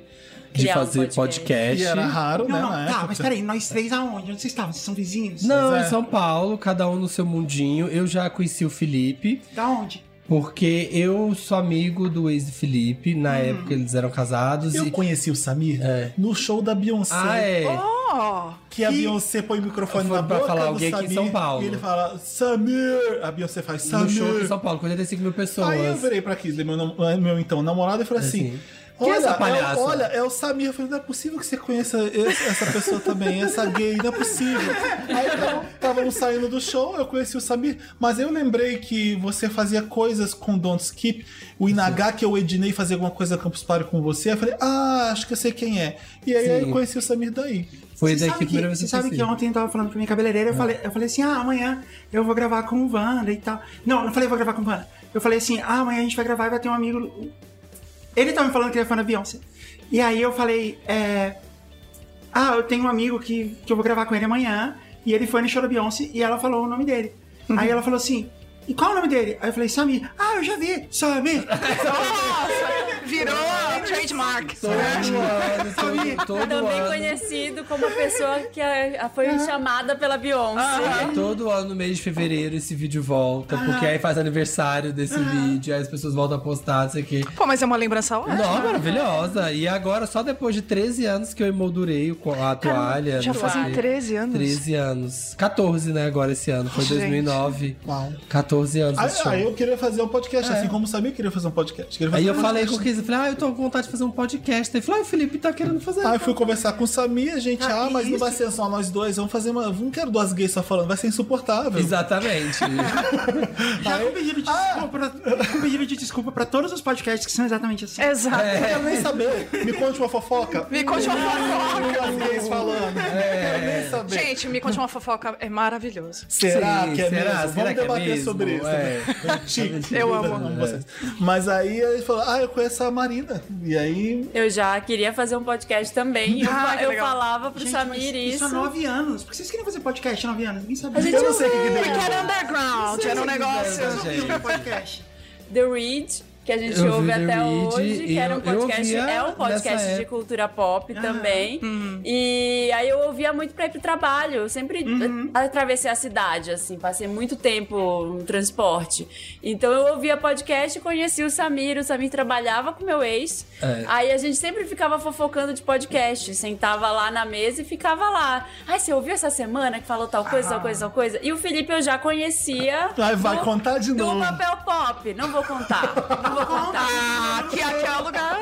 Criar um fazer E podcast. era raro, Não, né? não, na tá, época. mas peraí, nós três aonde? Onde vocês estavam? Vocês são vizinhos? Não, Pois é. em São Paulo, cada um no seu mundinho. Eu já conheci o Felipe, Da onde? porque eu sou amigo do ex do Felipe. Na época eles eram casados. Eu e... conheci o Samir no show da Beyoncé. É. Ah, é. Oh, Ó, Que a Beyoncé põe o microfone Foi na pra boca falar do alguém aqui em Samir, São Paulo. E ele fala, Samir! A Beyoncé faz, no show aqui em Samir! São Paulo, com 85 mil pessoas. Aí eu virei pra Kisley, meu, nam- meu então namorado, e falei assim... Assim, "Quem é Olha, essa é, palhaça?" o- olha, é o Samir. Eu falei, não é possível que você conheça esse- essa pessoa também, essa gay, não é possível. Aí estavam saindo do show, eu conheci o Samir, mas eu lembrei que você fazia coisas com Don't Skip, o Inagá, que eu edinei fazer alguma coisa na Campus Party com você. Eu falei, ah, acho que eu sei quem é. E aí, aí eu Sim. conheci o Samir daí. Foi Você daqui sabe a primeira vez Você que É. sabe que conheci. ontem eu tava falando pra minha cabeleireira, eu, falei, eu falei assim, ah, amanhã eu vou gravar com o Wanda e tal. Não, eu não falei vou gravar com o Wanda. Eu falei assim, ah, amanhã a gente vai gravar e vai ter um amigo... Ele tava me falando que ele é fã da Beyoncé. E aí eu falei, é, ah, eu tenho um amigo que, que eu vou gravar com ele amanhã, e ele foi no show da Beyoncé, e ela falou o nome dele. Uhum. Aí ela falou assim, e qual é o nome dele? Aí eu falei, Samir. Ah, eu já vi, Samir. nossa, virou trademark. Todo ano, todo, todo Também ano. conhecido como a pessoa que a- a- foi chamada pela Beyoncé. Todo ano, no mês de fevereiro, esse vídeo volta, porque aí faz aniversário desse vídeo, aí as pessoas voltam a postar, não sei o quê. Pô, mas é uma lembrança ótima. Não, maravilhosa. E agora, só depois de 13 anos que eu emoldurei o co- a toalha. Já não fazem sei. 13 anos. 13 anos. 14, né, agora esse ano. Foi Gente. 2009. Uau. 14 anos Aí, esse show. É. aí eu queria fazer um podcast, assim como o Samir queria fazer um podcast. Queria fazer Aí eu um falei podcast. com o Kiz, falei, ah, eu tô com vontade de fazer um podcast. Ele falou, ah, o Felipe tá querendo fazer. Aí eu fui conversar com o Samir, a gente, Ah, ah, mas não isso. vai ser só nós dois, vamos fazer uma. eu Não quero duas gays só falando, vai ser insuportável. Exatamente. Já com um pedido, Ah. de desculpa pra, com um pedido de desculpa pra todos os podcasts que são exatamente assim. Exato. Eu quero nem saber. Me conte uma fofoca. Me conte uma fofoca. Duas gays falando. Eu quero nem saber. Gente, me conte uma fofoca. É maravilhoso. Será Sim, que é será? mesmo? Será Vamos que é debater mesmo? sobre isso. né? É. Chique. Eu amo. vocês. Mas aí ele falou: Ah, eu conheço a Marina. E aí. Eu já queria fazer um podcast também. Eu, Ah, fa- que eu legal. falava pro Gente, mas Samir isso. isso é há nove anos. Por que vocês queriam fazer podcast há nove anos? Ninguém sabia. gente- Eu não sei o que, que deu. Porque era underground, era um se negócio. fizeram, Eu não vi o podcast. The Reed que a gente Eu vi ouve The até Read hoje, que e era um eu- eu podcast, ouvia é um podcast nessa de época. cultura pop também. E aí eu ouvia muito pra ir pro trabalho. Eu sempre a- atravessei a cidade, assim, passei muito tempo no transporte. Então eu ouvia podcast, conheci o Samir, o Samir trabalhava com meu ex. É. Aí a gente sempre ficava fofocando de podcast, sentava lá na mesa e ficava lá. Ai, você ouviu essa semana que falou tal coisa, tal coisa, tal coisa? E o Felipe eu já conhecia. Ai, vai do- contar de do novo. papel pop. Não vou contar. Não vou contar. Aqui, aqui é o lugar.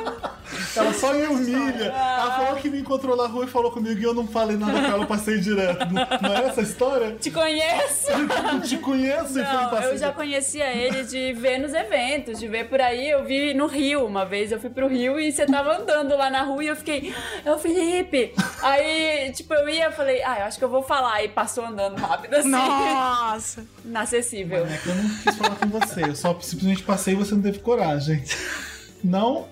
Ela só me humilha. Ela falou que me encontrou na rua e falou comigo e eu não falei nada com ela, eu passei direto. Não é essa a história? Te conheço. Eu tipo, te conheço e "Tá assim, foi Não, passei. eu já conhecia ele de ver nos eventos, de ver por aí. Eu vi no Rio uma vez, eu fui pro Rio e você tava andando lá na rua e eu fiquei, "Ah, é o Felipe. Aí, tipo, eu ia, eu falei, ah, eu acho que eu vou falar. E passou andando rápido assim, Nossa! inacessível. É que Eu não quis falar com você, eu só simplesmente passei e você não teve coragem. Não,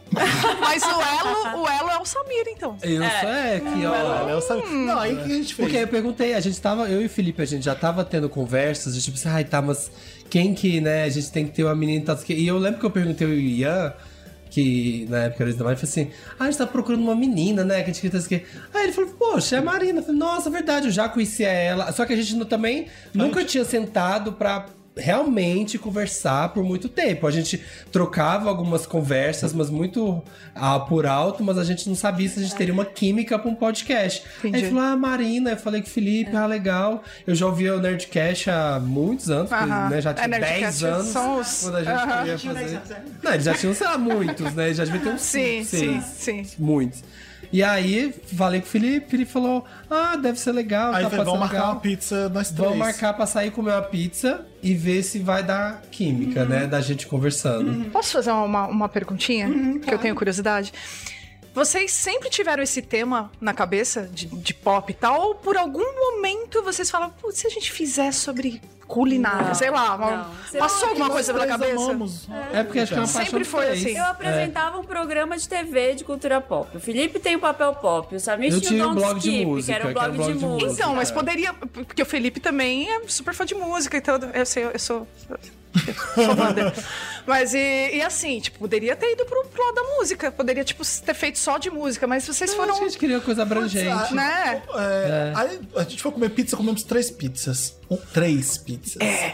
Mas o elo, o elo é o Samir, então. Eu só é que, ó. ela sabe. Não, aí o que a gente fez? Porque eu perguntei, a gente tava, eu e o Felipe, a gente já tava tendo conversas, de tipo assim, ai, tá, mas quem que, né, a gente tem que ter uma menina e tal. não sei o quê. E eu lembro que eu perguntei ao Ian, que na época era ex da Mari, eu falei assim, ah, a gente tá procurando uma menina, né, que a gente quer que. Aí ele falou, poxa, é a Marina. Eu falei, nossa, verdade, eu já conhecia ela. Só que a gente não- também nunca tinha sentado pra realmente conversar por muito tempo. A gente trocava algumas conversas, mas muito ah, por alto, mas a gente não sabia se a gente teria uma química pra um podcast. Aí ele falou, ah, Marina, eu falei que É. Felipe, ah, legal. Eu já ouvia o Nerdcast há muitos anos, porque, Aham. né, já É, tinha Nerdcast 10 anos são os- quando a gente Aham. queria Tinha 10 fazer. anos, é. Não, eles já tinham, sei lá, muitos, né? Eles já devia ter uns Sim, cinco, sim, seis. sim. Muitos. E aí, falei com o Felipe, Felipe falou: Ah, deve ser legal. Aí tá vamos passando marcar legal. uma pizza nós três. Vamos marcar pra sair comer uma pizza e ver se vai dar Uhum. química, né? Da gente conversando. Posso fazer uma, uma perguntinha? que eu tenho curiosidade. Vocês sempre tiveram esse tema na cabeça de, de pop e tal? Ou por algum momento vocês falam, putz, se a gente fizer sobre culinária, Não, sei lá, uma- não. Você passou não- alguma coisa pela Nós três cabeça? amamos. É porque acho que é uma Sempre paixão dos foi três. assim. Eu apresentava um programa de TV de cultura pop. O Felipe tem o papel pop, o Samir Eu tinha tinha o um Don't blog de Skip, que música, era um blog, de, música. Então, mas É. poderia. Porque o Felipe também é super fã de música, então eu sei, eu sou. eu sou fã dele. Mas e, e assim, tipo, poderia ter ido pro, pro lado da música. Poderia, tipo, ter feito só de música, mas vocês Eu acho que foram. a gente queria uma coisa abrangente. Né? É, Aí a gente foi comer pizza, comemos três pizzas. Um, três pizzas.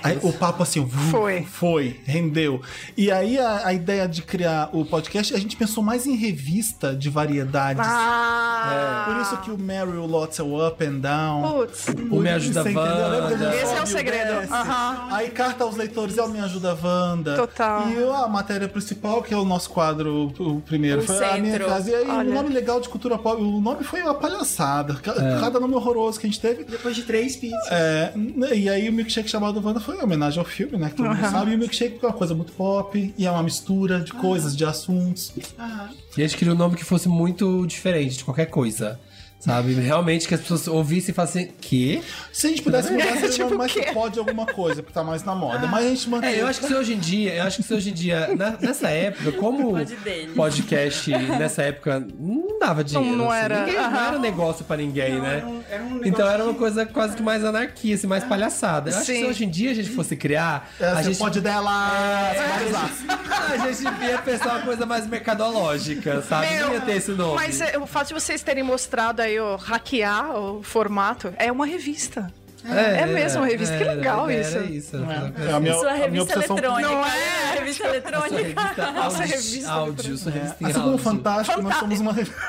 Aí o papo assim, vu, Foi. foi, rendeu. E aí a, a ideia de criar o podcast, a gente pensou mais em revista de variedades. Ah! é, Por isso que o Meryl Lots é o Up and Down. Putz. O Me Ajuda Você entendeu? Lembra que a Wanda. gente Esse é o sobe segredo. desce? Aham. Aí carta aos leitores é o Me Ajuda Wanda. Total. E a matéria principal, que é o nosso quadro, o primeiro, O foi a minha centro. casa. E aí Olha. o nome legal de cultura pop, o nome foi uma palhaçada. Ca- É. Cada nome horroroso que a gente teve. Depois de três pizzas. É, né, e aí o milkshake chamado Wanda foi em homenagem ao filme, né? Que todo mundo sabe. E o milkshake é uma coisa muito pop, e é uma mistura Ah. de coisas, de assuntos. Aham. E a gente queria um nome que fosse muito diferente de qualquer coisa. Sabe? Realmente que as pessoas ouvissem e falassem, que? Se a gente pudesse mudar, seria Tipo tipo mais o quê? que pode alguma coisa, porque tá mais na moda. Mas a gente mantém. É, eu acho que se hoje em dia, eu acho que se hoje em dia, na- nessa época, como Pode dele. podcast nessa época não dava dinheiro. não assim, era, ninguém- não aham. era negócio pra ninguém, né? era um- era um negócio então era uma que- coisa quase que mais anarquia, assim, mais palhaçada. Eu acho que É. Sim. se hoje em dia a gente fosse criar, É, a você gente pode dela. É. a gente ia pensar uma coisa mais mercadológica, sabe? Meu, não ia ter esse nome. Mas é, o fato de vocês terem mostrado aí, o hackear o formato, é uma revista. é mesmo uma revista, que era, legal era isso. isso. É a minha, Sua a minha revista obsessão eletrônica. Não né? Revista Sua eletrônica. revista é Nossa, áudio, revista áudio, sua revista em Assim como o áudio. Fantástico, nós somos uma revista.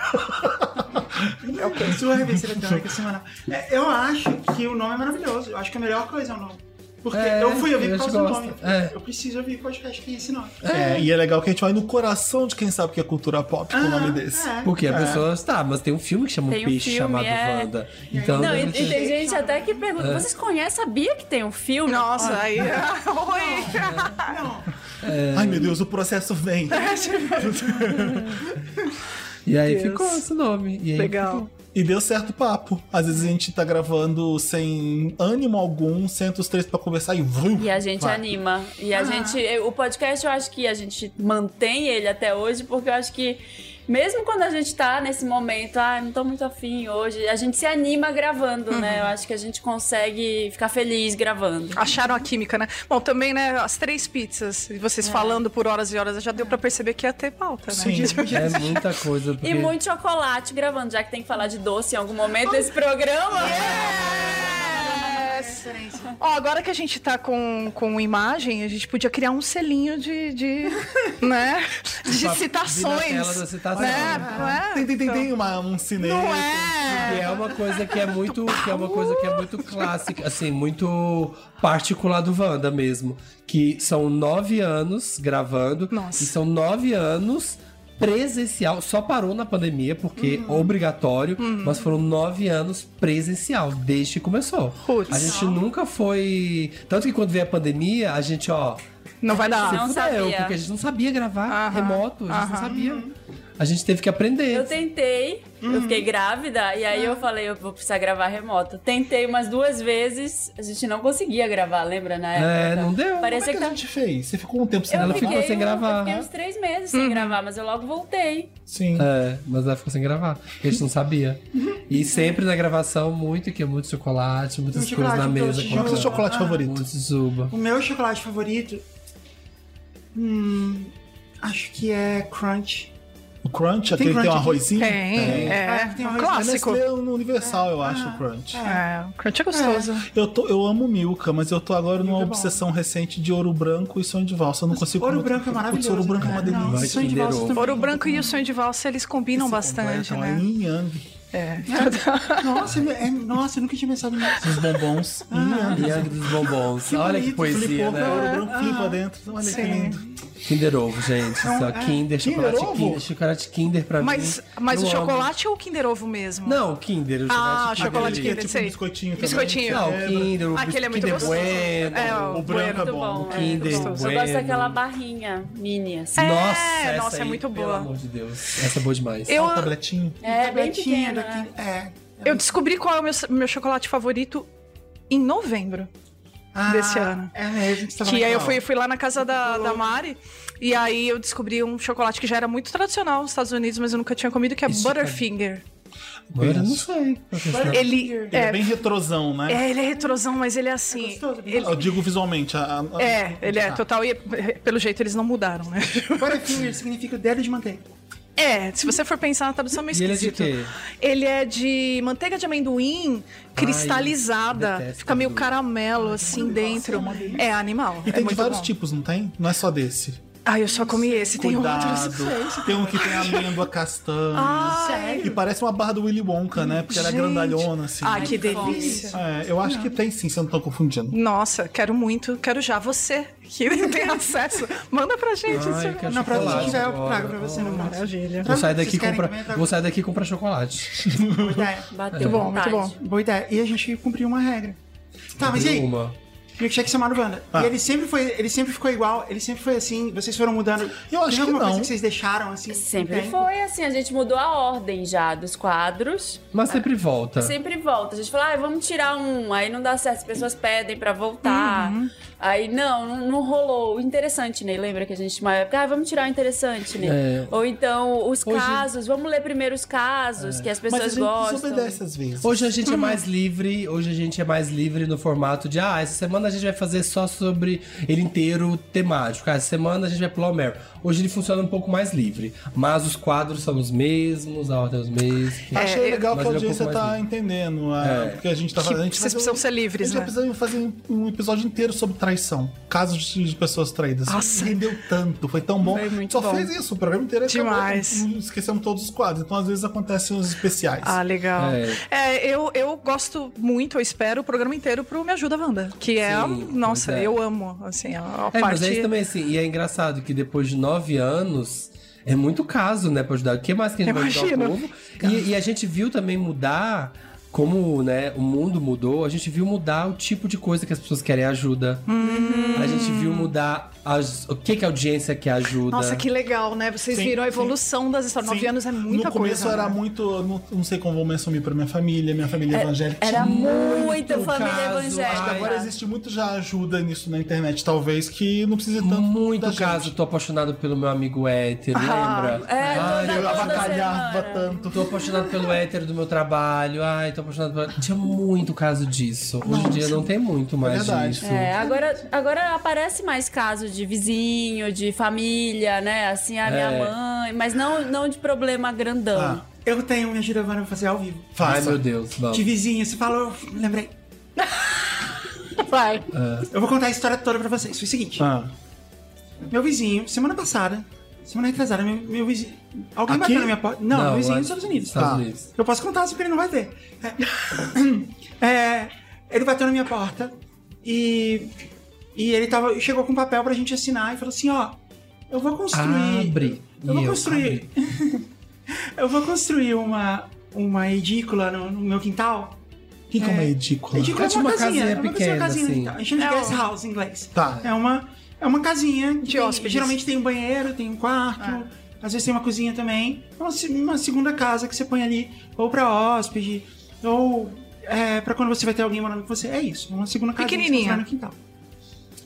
É o que? Sua revista eletrônica semanal. É, eu acho que o nome é maravilhoso. Eu acho que a melhor coisa é o nome. Porque É, eu fui ouvir eu por acho causa do que nome. gosta. É. Eu preciso ouvir podcast que tem esse nome. É, e é legal que a gente vai no coração de quem sabe o que é cultura pop com o nome Ah, desse. é. Porque a pessoa tá, mas tem um filme que chama Tem O um Peixe filme, chamado é. Wanda. Então, Não, e, deve e ter- tem gente até que pergunta: vocês conhecem a Bia que tem um filme? Nossa, aí. Oi! Não, Ai meu Deus, o processo vem. E aí Deus. ficou esse nome. E aí Legal. E deu certo papo. Às vezes a gente tá gravando sem ânimo algum, senta os três pra conversar e vrum, E a gente vai. anima. E a gente. O podcast eu acho que a gente mantém ele até hoje, porque eu acho que mesmo quando a gente tá nesse momento, ah, não tô muito afim hoje, a gente se anima gravando, né? Eu acho que a gente consegue ficar feliz gravando. Acharam a química, né? Bom, também, né, as três pizzas, e vocês falando por horas e horas, já deu pra perceber que ia ter pauta, né? Sim. É muita coisa. Porque... E muito chocolate gravando, já que tem que falar de doce em algum momento nesse programa. É. Ó, agora que a gente tá com, com imagem, a gente podia criar um selinho de, de né, de Pra- de citações. Nutella da citação. Né? Não é? Tem, tem, tem, Então, tem uma, um cinema. Não E é? é uma coisa que é muito, que é uma coisa que é muito clássica, assim, muito particular do Wanda mesmo. Que são nove anos gravando. Nossa. E são nove anos presencial. Só parou na pandemia, porque Uhum. é obrigatório, mas foram nove anos presencial, desde que começou. Putz. A gente nunca foi. Tanto que quando veio a pandemia, a gente, ó, Não vai dar. se Não fudeu, sabia. porque a gente não sabia gravar Aham, remoto, a gente aham. não sabia. A gente teve que aprender. Eu tentei, eu fiquei grávida, e aí eu falei, eu vou precisar gravar remoto. Tentei umas duas vezes, a gente não conseguia gravar, lembra na É, época? não deu. Como é Parecia que que, a tava. gente fez? Você ficou um tempo sem Eu Ela ela? ficou fiquei sem um- gravar. Eu fiquei uns três meses sem gravar, mas eu logo voltei. Sim. É, mas ela ficou sem gravar. porque A gente não sabia. E sempre na gravação, muito que é muito chocolate, muitas Muito coisas na chocolate, mesa. muito então, Qual que é o seu colocando. chocolate favorito? um Muito zuba. O meu chocolate favorito. Hum. Acho que é Crunch. O Crunch? Tem Aquele que tem um crunch aqui? arrozinho? Tem, é, Ah, tem uma um raiz- A clássico. Nestlé é no Universal, eu acho, o Crunch. É, o crunch é gostoso. Eu, tô, eu amo Milka, mas eu tô agora numa Milka é bom. obsessão recente de ouro branco e sonho de valsa. Eu não consigo. Ouro comer branco é outra coisa. Putz, maravilhoso. Ouro branco é uma cara. delícia. Nossa, sonho de Kinder valsa Ovo. também. Ouro branco e o sonho de valsa, eles combinam bastante, Completam, é né? yin yang. É. Nossa, é- é- nossa, eu nunca tinha pensado nisso. Os bombons. Ah, yin yang. Yang dos bombons. Que Olha que bonito, poesia, Flipou, né? né? ouro branco Ah. flipa dentro. Olha que Sim. lindo. Kinder Ovo, gente. Isso é Kinder, chocolate Ovo? Kinder. Chocolate Kinder pra Mas, mim. mas o eu amo. chocolate ou o Kinder Ovo mesmo? Não, Kinder. O Ah, chocolate chocolate Aquele que é Kinder, tipo um sei. biscoitinho também. Biscoitinho. Não, o Kinder. O Aquele é muito Kinder gostoso. Bueno. É, ó, O bueno. branco é Muito bom. bom. o é. Kinder gostoso. Eu Bueno. Eu gosto daquela barrinha mini, assim. Nossa, É, essa nossa, é aí, muito boa. Pelo amor de Deus. Essa é boa demais. Eu, Só o tá tabletinho. É, bem Tabletinha pequena. né? tá daqui- É. eu descobri qual é o meu, meu chocolate favorito em novembro. Ah, Desse ano. É mesmo. você tava Que aí eu naquela. fui, fui lá na casa da, da Mari e aí eu descobri um chocolate que já era muito tradicional nos Estados Unidos, mas eu nunca tinha comido, que é Esse Butterfinger. Agora eu não sei. qual que é essa- Ele Ele é é, bem retrosão, né? é, ele é retrosão, mas ele é assim. gostoso, bem ele- Eu digo visualmente. a- a- é, ele é Tá. total e pelo jeito eles não mudaram, né? Butterfinger é significa dedo de manteiga. É, se você for pensar na tradução é meio E ele é de esquisito. quê? Ele é de manteiga de amendoim cristalizada. detesto Fica meio amendoim. caramelo assim dentro. É animal. E é tem de muito vários bom. tipos, não tem? Não é só desse. Ah, eu só comi esse, tem Cuidado. outros. Ah, Tem um que tem amêndoa castanha. E parece uma barra do Willy Wonka, né? Porque ela é Gente. Ah, grandalhona, assim. Ai, que que fome. delícia. É, eu acho que tem sim, se eu não tô confundindo. Nossa, quero muito, quero já. Você que tem acesso, manda pra gente. Ai, esse- quero Não, pra chocolate se tiver, eu agora. trago pra você no máximo. Maravilha. Vou sair, daqui Vocês querem comprar, também, tá? vou sair daqui e comprar chocolate. Boa ideia. Bateu Muito bom, muito vontade. bom. Boa ideia. E a gente cumpriu uma regra. Tá, mas e aí? Uma. Milkshake é chamado Wanda. Ah. E ele sempre, foi, ele sempre ficou igual, ele sempre foi assim, vocês foram mudando. Eu acho Tem que alguma não. coisa que vocês deixaram assim? Sempre Tem? foi assim, a gente mudou a ordem já dos quadros. Mas sempre volta. Sempre volta. A gente fala, ah, vamos tirar um. Aí não dá certo, as pessoas pedem pra voltar. Uhum. Aí não, não, não rolou. O interessante, Ney, lembra que a gente uma época, ah, vamos tirar o interessante, Ney. É. Ou então os Hoje- casos, vamos ler primeiro os casos que as É. Mas a pessoas gente gostam. desobedece às vezes. Hoje a Hum. gente é mais livre, hoje a gente é mais livre no formato de ah, essa semana a gente vai fazer só sobre ele inteiro temático. Ah, essa semana a gente vai pular o Meryl. Hoje ele funciona um pouco mais livre, mas os quadros são os mesmos, a ordem é os mesmos. Achei É, legal mas ele que a é um audiência pouco mais tá entendendo é, É. porque a gente tá Que fazendo. A gente vocês vai precisam fazer ser livres, A gente né? precisamos fazer um- um episódio inteiro sobre traição. Casos de de pessoas traídas. Nossa. Rendeu tanto, foi tão bom. Foi muito Só bom. fez isso, o programa inteiro é acabou. Demais. Não Esquecemos todos os quadros. Então, às vezes, acontecem os especiais. Ah, legal. É, eu, eu gosto muito, eu espero o programa inteiro pro Me Ajuda Wanda, que é, a- Sim, nossa, pois é. eu amo, assim, a, a É, parte... mas é isso também, assim, e é engraçado que depois de nove anos. É muito caso, né, pra ajudar. O que mais que a gente vai ajudar o Imagino. povo? E, e a gente viu também mudar como né, o mundo mudou, a gente viu mudar o tipo de coisa que as pessoas querem ajuda. A gente viu mudar as- o que, que a audiência quer ajuda. Nossa, que legal, né? Vocês Sim, viram a sim. evolução das histórias. Nove Sim. anos é muita No começo coisa. era né? É, muito. Não, não sei como vou me assumir pra minha família, minha família evangélica. Era muita muito família caso, Acho que evangélica. ai, agora existe muito já ajuda nisso na internet, talvez, que não precise tanto. da Muito gente. caso, tô apaixonado pelo meu amigo hétero, lembra? é, Ai, toda- Ah, Eu toda avacalhava semana. tanto. Tô apaixonado pelo hétero do meu trabalho. Ai, tô apaixonado pelo. Tinha muito caso disso. Hoje em dia não tem muito mais verdade. disso. É, agora, agora aparece mais caso de vizinho, de família, né? Assim, a minha É. mãe, mas não, não de problema grandão. Ah, Eu tenho minha girovana pra fazer ao vivo. Ai, faça. meu Deus, vamos. De vizinho, você falou, lembrei. Vai. Eu vou contar a história toda pra vocês. Foi o seguinte: Ah, meu vizinho, semana passada, semana retrasada, meu, meu vizinho. Alguém Aqui? bateu na minha porta. Não, meu vizinho lá- dos Estados Unidos. Estados Tá. Unidos. Eu posso contar, assim, porque ele não vai ver. É, É, ele bateu na minha porta e, e ele tava, chegou com um papel pra gente assinar e falou assim, ó, eu vou construir... Abre. Eu vou E eu, construir... eu vou construir uma, uma edícula no, no meu quintal. que como é ridículo. Edícula é Tipo uma, uma casinha. casinha é uma pequena, casinha no assim. quintal. A gente chama de É guest house em inglês. Tá. É uma, é uma casinha que De tem- hóspedes. Ah. Geralmente tem um banheiro, tem um quarto, às vezes tem uma cozinha também. É Uma, se- uma segunda casa que você põe ali, ou pra hóspede, ou é, pra quando você vai ter alguém morando com você. É isso, uma segunda casa Pequenininha. no quintal.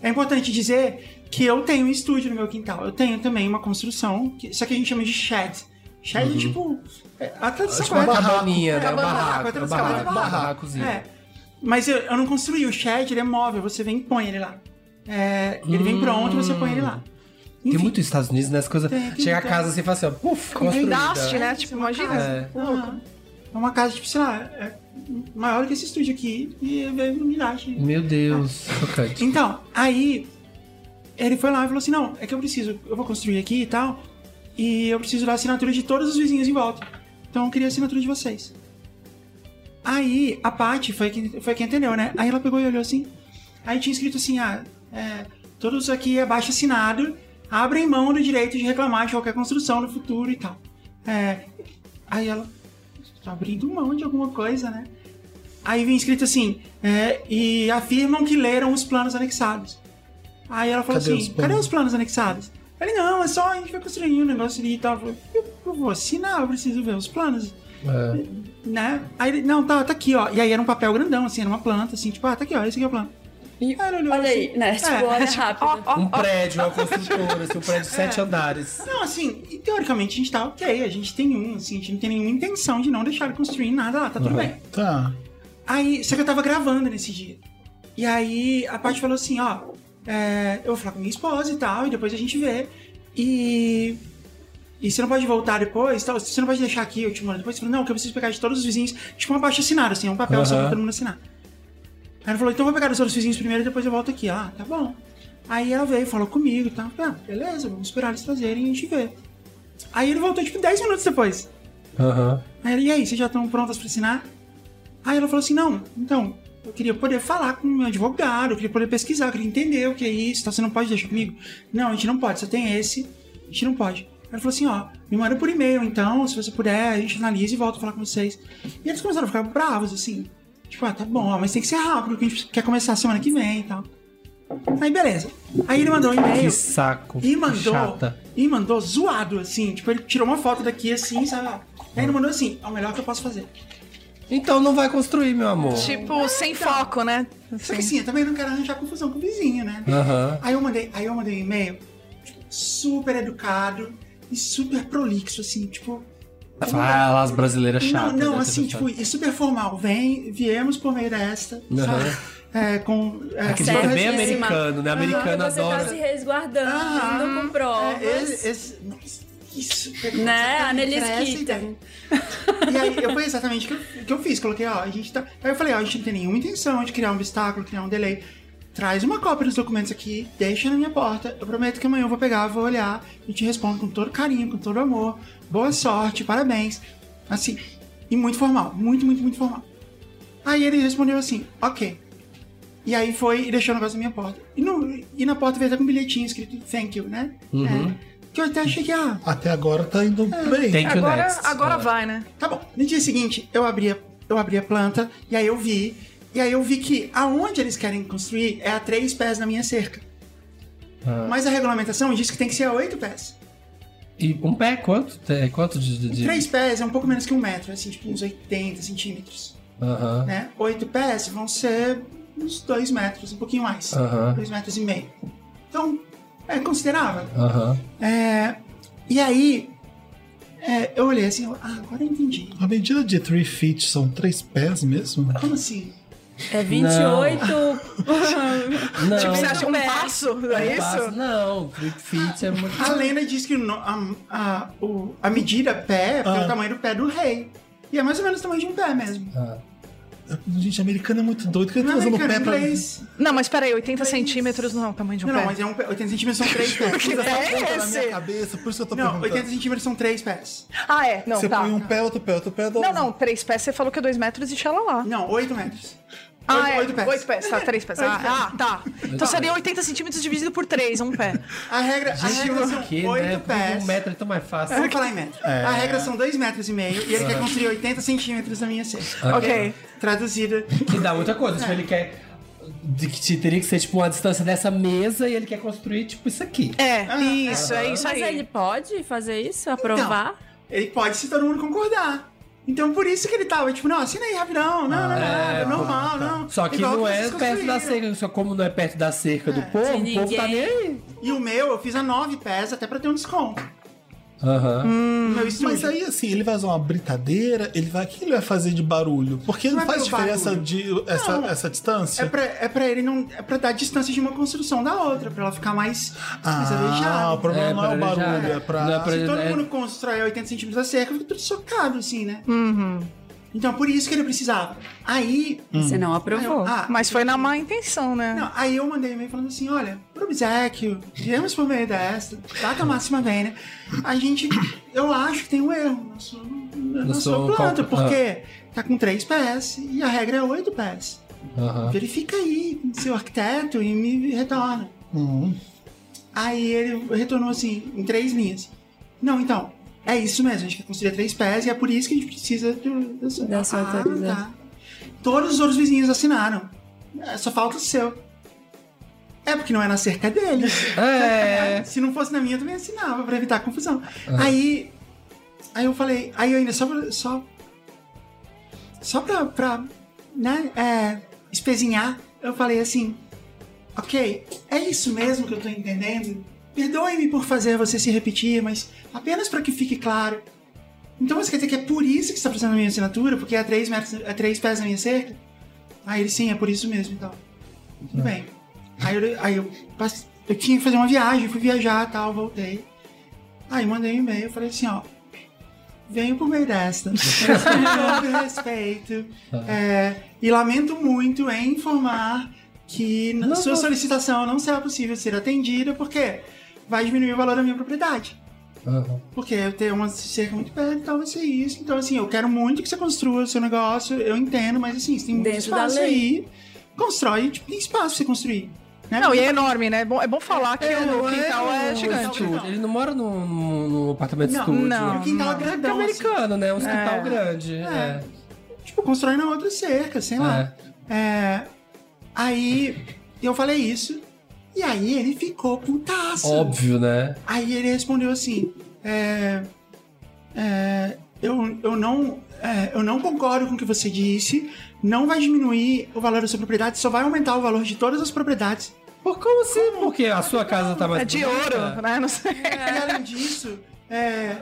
É importante dizer que eu tenho um estúdio no meu quintal. Eu tenho também uma construção, que, só que a gente chama de shed. Shed Uhum. é tipo. É, a tradução Tipo uma correta- cabaninha, né? é, Um barraco, barraco. é Um tradução, é barraco. barraco. Barracozinho. É. Mas eu, eu não construí. O shed, ele é móvel. Você vem e põe ele lá. É, ele vem Hum. pronto, você põe ele lá. Tem Enfim, muito nos Estados Unidos, né? As coisas. Tem, tem, Chega a tem. casa assim e fala assim, ó, puf, Com construída. pedaço, né? Tipo, imagina. É. ah, É uma casa, tipo, sei lá, é maior que esse estúdio aqui. E é um milagre. Meu Deus, chocante. Então, aí ele foi lá e falou assim: não, é que eu preciso, eu vou construir aqui e tal, e eu preciso da assinatura de todos os vizinhos em volta. Então eu queria a assinatura de vocês. Aí a Paty foi quem, foi quem entendeu, né? Aí ela pegou e olhou assim. Aí tinha escrito assim: ah, é, todos aqui abaixo assinado abrem mão do direito de reclamar de qualquer construção no futuro e tal. É, aí ela tá abrindo mão de alguma coisa, né? Aí vem escrito assim, é, e afirmam que leram os planos anexados. Aí ela falou Cadê assim, os planos? cadê os planos anexados? Ele, não, é só a gente vai construir um negócio ali e tal. Eu, falei, eu, eu vou assinar, eu preciso ver os planos, É. né? Aí ele, não, tá, tá aqui, ó. E aí era um papel grandão, assim, era uma planta, assim, tipo, ah, tá aqui, ó, esse aqui é o plano. E Aí ela olhou olha assim, aí, né? Tipo, olha rápido. Ó, ó, Um prédio, uma construtora, assim, um É. prédio de sete andares. Não, assim, e teoricamente a gente tá ok, a gente tem um, assim, a gente não tem nenhuma intenção de não deixar ele construir nada lá, tá tudo Uhum. bem. Tá. Aí, só que eu tava gravando nesse dia. E aí a Paty falou assim, ó, é, eu vou falar com minha esposa e tal, e depois a gente vê. E. E você não pode voltar depois, tal, você não pode deixar aqui, eu te mando depois. Você falou, não, que eu preciso pegar de todos os vizinhos, tipo um abaixo assinado, assim, é um papel só pra Aham. todo mundo assinar. Aí ela falou, então eu vou pegar dos outros vizinhos primeiro e depois eu volto aqui. Ah, tá bom. Aí ela veio, falou comigo e tal. Ah, beleza, vamos esperar eles trazerem e a gente vê. Aí ele voltou, tipo, 10 minutos depois. Aham. Aí ela, e aí, vocês já estão prontas pra assinar? Aí ela falou assim, não, então, eu queria poder falar com o meu advogado, eu queria poder pesquisar, eu queria entender o que é isso, então você não pode deixar comigo? Não, a gente não pode, só tem esse, a gente não pode. Ela falou assim, ó, me manda por e-mail então, se você puder, a gente analisa e volta a falar com vocês. E eles começaram a ficar bravos, assim, tipo, ah, tá bom, ó, mas tem que ser rápido, que a gente quer começar semana que vem e tal. Aí beleza. Aí ele mandou um Que e-mail. saco. E que mandou. Chata. E mandou zoado, assim. Tipo, ele tirou uma foto daqui assim, sabe? Aí ele mandou assim: é o melhor que eu posso fazer. Então não vai construir, meu amor. tipo, sem foco, né? Só que Assim. assim, eu também não quero arranjar confusão com o vizinho, né? Aham. Aí eu mandei, aí eu mandei um e-mail super educado e super prolixo, assim, tipo. Fala, as brasileiras Não, chatas. não, né, assim, Tatiana? tipo, e super formal. Vem, viemos por meio desta, Aham. sabe? É, com. É, Aquele com- jeito tipo, bem Certíssima. americano, assim, né? Americano Porque você tá adora. se resguardando, Aham. com provas. É, esse- esse- nossa, isso, pegou Né? exatamente Annelies essa Keating. ideia. então. E aí, eu foi exatamente o que, eu- o que eu fiz. Coloquei, ó, a gente tá. Aí eu falei, ó, a gente não tem nenhuma intenção de criar um obstáculo, criar um delay. Traz uma cópia dos documentos aqui, deixa na minha porta. Eu prometo que amanhã eu vou pegar, vou olhar e te respondo com todo carinho, com todo amor. Boa sorte, parabéns. Assim, e muito formal, muito, muito, muito formal. Aí ele respondeu assim, ok. E aí foi e deixou o negócio na minha porta. E, no- e na porta veio até com um bilhetinho escrito thank you, né? É. que eu até achei que, ah, Até agora tá indo bem. Thank you Agora, next. agora É. vai, né? tá bom. No dia seguinte, eu abri a eu abri a planta e aí eu vi. E aí eu vi que aonde eles querem construir é a três pés na minha cerca. Ah. Mas a regulamentação diz que tem que ser a oito pés. E um pé é quanto? É quanto de. de- de- Três pés é um pouco menos que um metro, assim, tipo uns 80 centímetros. Aham. Né? Oito pés vão ser uns dois metros, um pouquinho mais. Aham. Dois metros e meio. Então, é considerável. Aham. É, e aí, é, eu olhei assim, eu, ah, agora eu entendi. A medida de 3 feet são 3 pés mesmo? Como assim? É 28. Não. Tipo, você Não. acha um É. passo? É Passa- isso? Não, trip fit é muito. A lenda diz que o no- a, a, o- a medida pé é Ah. o tamanho do pé do rei. E é mais ou menos o tamanho de um pé mesmo. Ah. Gente, americano é muito doido. Por que ele Não tá é usando o americano, pé é pra. inglês. Não, mas peraí, 80 centímetros não é o tamanho de um Não, pé. não, mas é tá um pé. 80 centímetros são três pés. Que pé é Na minha esse? cabeça, por isso que eu tô Não, perguntando. 80 centímetros são três pés. Ah, é. Não, Você tá. põe um pé, outro pé, outro pé, um outro Não, não, três pés, você falou que é dois metros e xalá lá. Não, oito metros. Ah, oito, é. oito pés. Oito pés, tá, três pés. Ah, ah, tá. Então seria 80 centímetros dividido por três, um pé. A regra, a regra são Que, oito né? Porque pés. Um metro é tão mais fácil. Vamos falar em metro. A regra são dois metros e meio e ele quer construir 80 centímetros na minha cerca. ok. Traduzida. Que dá muita coisa. Tipo, ele quer. De que te- teria que ser, tipo, uma distância dessa mesa e ele quer construir, tipo, isso aqui. É, isso, é isso Mas aí. ele pode fazer isso? Aprovar? Ele pode se todo mundo concordar. Então por isso que ele tava, tipo, não, assina aí rapidão, não, não, não, É, normal, tá. não. Só que Igual não vocês é perto da construíram. cerca. Só como não é perto da cerca do povo, De o povo tá nem ninguém. aí. E o meu, eu fiz a nove pés até pra ter um desconto. Aham. No meu estúdio. Mas aí, assim, ele vai usar uma britadeira, ele vai. O que ele vai fazer de barulho? Porque Não não, é faz pelo diferença barulho. de essa, Não. essa É distância? pra, é pra ele não. É pra dar distância de uma construção da outra, pra ela ficar mais, mais Ah, o arejada. problema É, não é o pra arejar. barulho, é pra. Não é pra- Se todo é- mundo constrói a 80 centímetros da cerca, fica tudo socado, assim, né? Então por isso que ele precisava. Aí. Você não aí eu- aprovou. ah, Mas foi na má intenção, né? Não, aí eu mandei um e-mail falando assim: olha, pro obsequio, viemos por meio dessa, data máxima vem, né? A gente, eu acho que tem um erro na sua, na Na sua ah. sua planta, calcula- porque tá com 3 PS e a regra é 8 PS. Aham. Verifica aí, com seu arquiteto, e me retorna. Hum. Aí ele retornou assim, em três linhas: não, então, é isso mesmo, a gente quer construir 3 PS e é por isso que a gente precisa do, da sua, Da sua Ah, autorização. tá. Todos os outros vizinhos assinaram, É, só falta o seu. É porque não é na cerca dele. É. Se não fosse na minha, eu também assinava pra evitar a confusão. Aí. Aí eu falei, aí eu ainda só pra. Só, só pra, pra. né? É, espezinhar, eu falei assim. Ok, é isso mesmo que eu tô entendendo. Perdoe-me por fazer você se repetir, mas apenas pra que fique claro. Então você quer dizer que é por isso que você tá precisando da minha assinatura? Porque é três, metros, é três pés na minha cerca? Aí ele, sim, é por isso mesmo, então. Tudo É. bem. Aí eu, aí eu, passe- eu tinha que fazer uma viagem, fui viajar tal, voltei. Aí mandei um e-mail, falei assim, ó. Venho por meio desta. Com todo respeito. Tá. é, e lamento muito em informar que na Não, sua não. solicitação não será possível ser atendida, porque vai diminuir o valor da minha propriedade. Aham. Porque eu tenho uma cerca muito perto e tal, vai ser isso. Então, assim, eu quero muito que você construa o seu negócio, eu entendo, mas assim, você tem muito Dentro da espaço lei. aí. Constrói, tipo, tem espaço pra você construir. Né? Não, e é enorme, né? É bom, é bom falar que É, o não é quintal é, o gigante. Não. Ele não mora num, num- num apartamento Não, estúdio. não. E o quintal é É grandão. assim. americano, né? Um quintal grande. É. É. tipo, constrói na outra cerca, sei lá. É, aí eu falei isso, e aí ele ficou putaço. Óbvio, né? Aí ele respondeu assim: é, é, eu, eu, não, é, eu não concordo com o que você disse, não vai diminuir o valor da sua propriedade, só vai aumentar o valor de todas as propriedades. Por como assim? Porque a sua casa tá mais. É de ouro, né? Não sei. É. E além disso, é,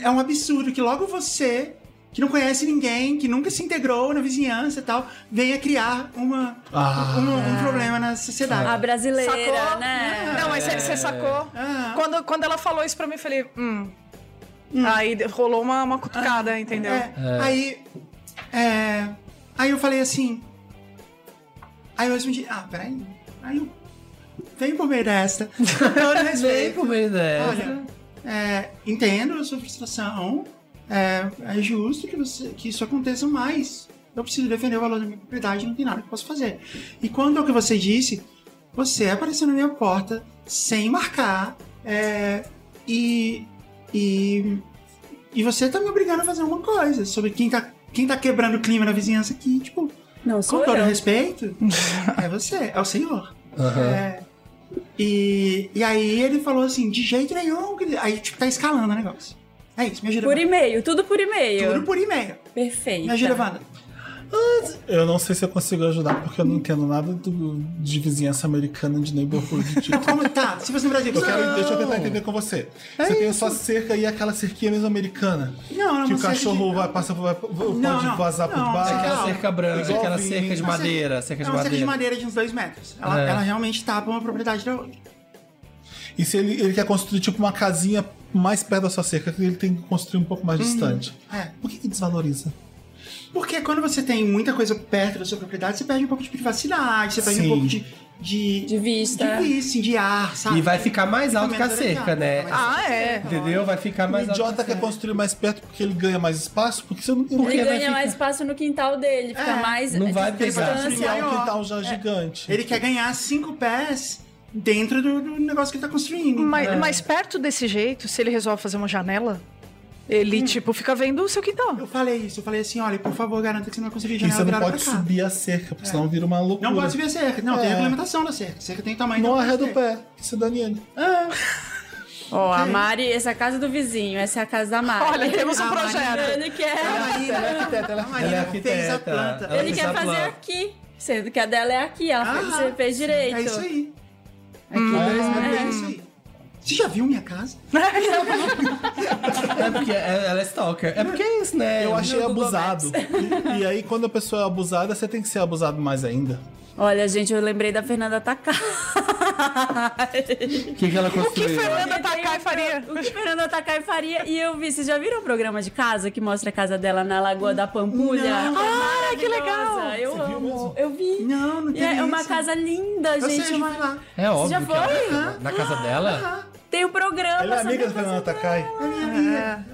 é um absurdo que logo você, que não conhece ninguém, que nunca se integrou na vizinhança e tal, venha criar uma, Ah. uma- um problema na sociedade. A brasileira, Sacou? né? É. Não, mas você sacou. Ah. Quando, quando ela falou isso pra mim, eu falei, hum. Aí rolou uma, uma cutucada, entendeu? É, Aí. é, aí eu falei assim. Aí eu respondi, ah, peraí. Aí eu. Vem por meio desta. Com é Todo Vem respeito. por meio dessa. Olha, é, entendo a sua frustração. É, é justo que, você- que isso aconteça, mas eu preciso defender o valor da minha propriedade, não tem nada que eu possa fazer. E quanto ao que você disse, você apareceu na minha porta sem marcar é, e, e, e você tá me obrigando a fazer uma coisa sobre quem tá, quem Quem tá quebrando o clima na vizinhança aqui, tipo, Não, com sou todo eu. respeito, é você, é o senhor. Aham. É, e, e aí ele falou assim, de jeito nenhum. querido. Aí, tipo, tá escalando o negócio. É isso, me ajuda. Por Wanda. e-mail, tudo por e-mail. Tudo por e-mail. Perfeito. Me ajuda, Wanda. Eu não sei se eu consigo ajudar, porque eu não entendo nada do- de vizinhança americana de neighborhood. Tipo. Não, como tá? Se você no Brasil... Eu quero, Não. deixa eu tentar entender com você. É você tem a sua cerca e aquela cerquinha mesmo americana. Não, não, Que o uma cerca cachorro de- vai, passa, vai, pode Não, não. vazar por Não, baixo. aquela Aquela cerca branca, Igual aquela vinho. cerca de Uma madeira, cerca de não, É uma cerca de madeira. madeira de uns dois metros. Ela, É. ela realmente tapa uma propriedade da outra. E se ele, ele quer construir tipo uma casinha mais perto da sua cerca, que ele tem que construir um pouco mais distante. É. Por que, que desvaloriza? Porque quando você tem muita coisa perto da sua propriedade, você perde um pouco de privacidade, você perde Sim. um pouco de. De, De vista. De vista, assim, de ar, Tá. sabe? E vai ficar mais alto que a Aumenta o cerca, legal. né? Aumenta Ah, é. Entendeu? Vai ficar mais o alto. idiota é. quer construir mais perto porque ele ganha mais espaço? Porque você não tem Porque Ele vai ganha ficar- mais espaço no quintal dele, fica É, mais não vai pesar. distância. maior. É. um quintal já gigante. Ele quer ganhar cinco pés dentro do, do negócio que ele tá construindo. Mas, mas perto desse jeito, se ele resolve fazer uma janela, ele, tipo, fica vendo o seu quintal. Eu falei isso, eu falei assim: olha, por favor, garanta que você não vai conseguir E janela você não virada pra pode cá. É. subir a cerca, porque senão vira uma loucura. Não pode subir a cerca. Não, É. tem regulamentação da cerca. A cerca tem tamanho. Não da arreda o cerca. É. pé, que é se dane ele. Ó, a Mari, essa é a casa do vizinho, essa é a casa da Mari. Olha, temos um Ah, projeto. Ele quer, Ela é arquiteta, ela é Ela é Marina, fez a arquiteta. planta. Ela ele fez quer a fazer planta. aqui. Sendo que a dela é aqui, ela fez, Aham. você fez direito. É isso aí. Ah, É isso aí. Você já viu minha casa? É porque é- ela é stalker. É porque é isso, né? Eu achei Meu Google abusado. E, e aí, quando a pessoa é abusada, você tem que ser abusado mais ainda. Olha, gente, eu lembrei da Fernanda Takai. Maps. O que, que ela O que construiu? Fernanda Takai faria? O que Fernanda Takai faria? E eu vi, vocês já viram o programa de casa que mostra a casa dela na Lagoa da Pampulha? Não. É Ah, que legal! maravilhosa. Eu Você viu amo. mesmo? Eu vi. Não, não E tem é uma isso. casa linda, Eu gente. sei, uma- vai lá. É óbvio. já que ela- foi? Ah, Na casa dela? Tem o programa. Ela é sobre amiga a da casa Fernanda dela.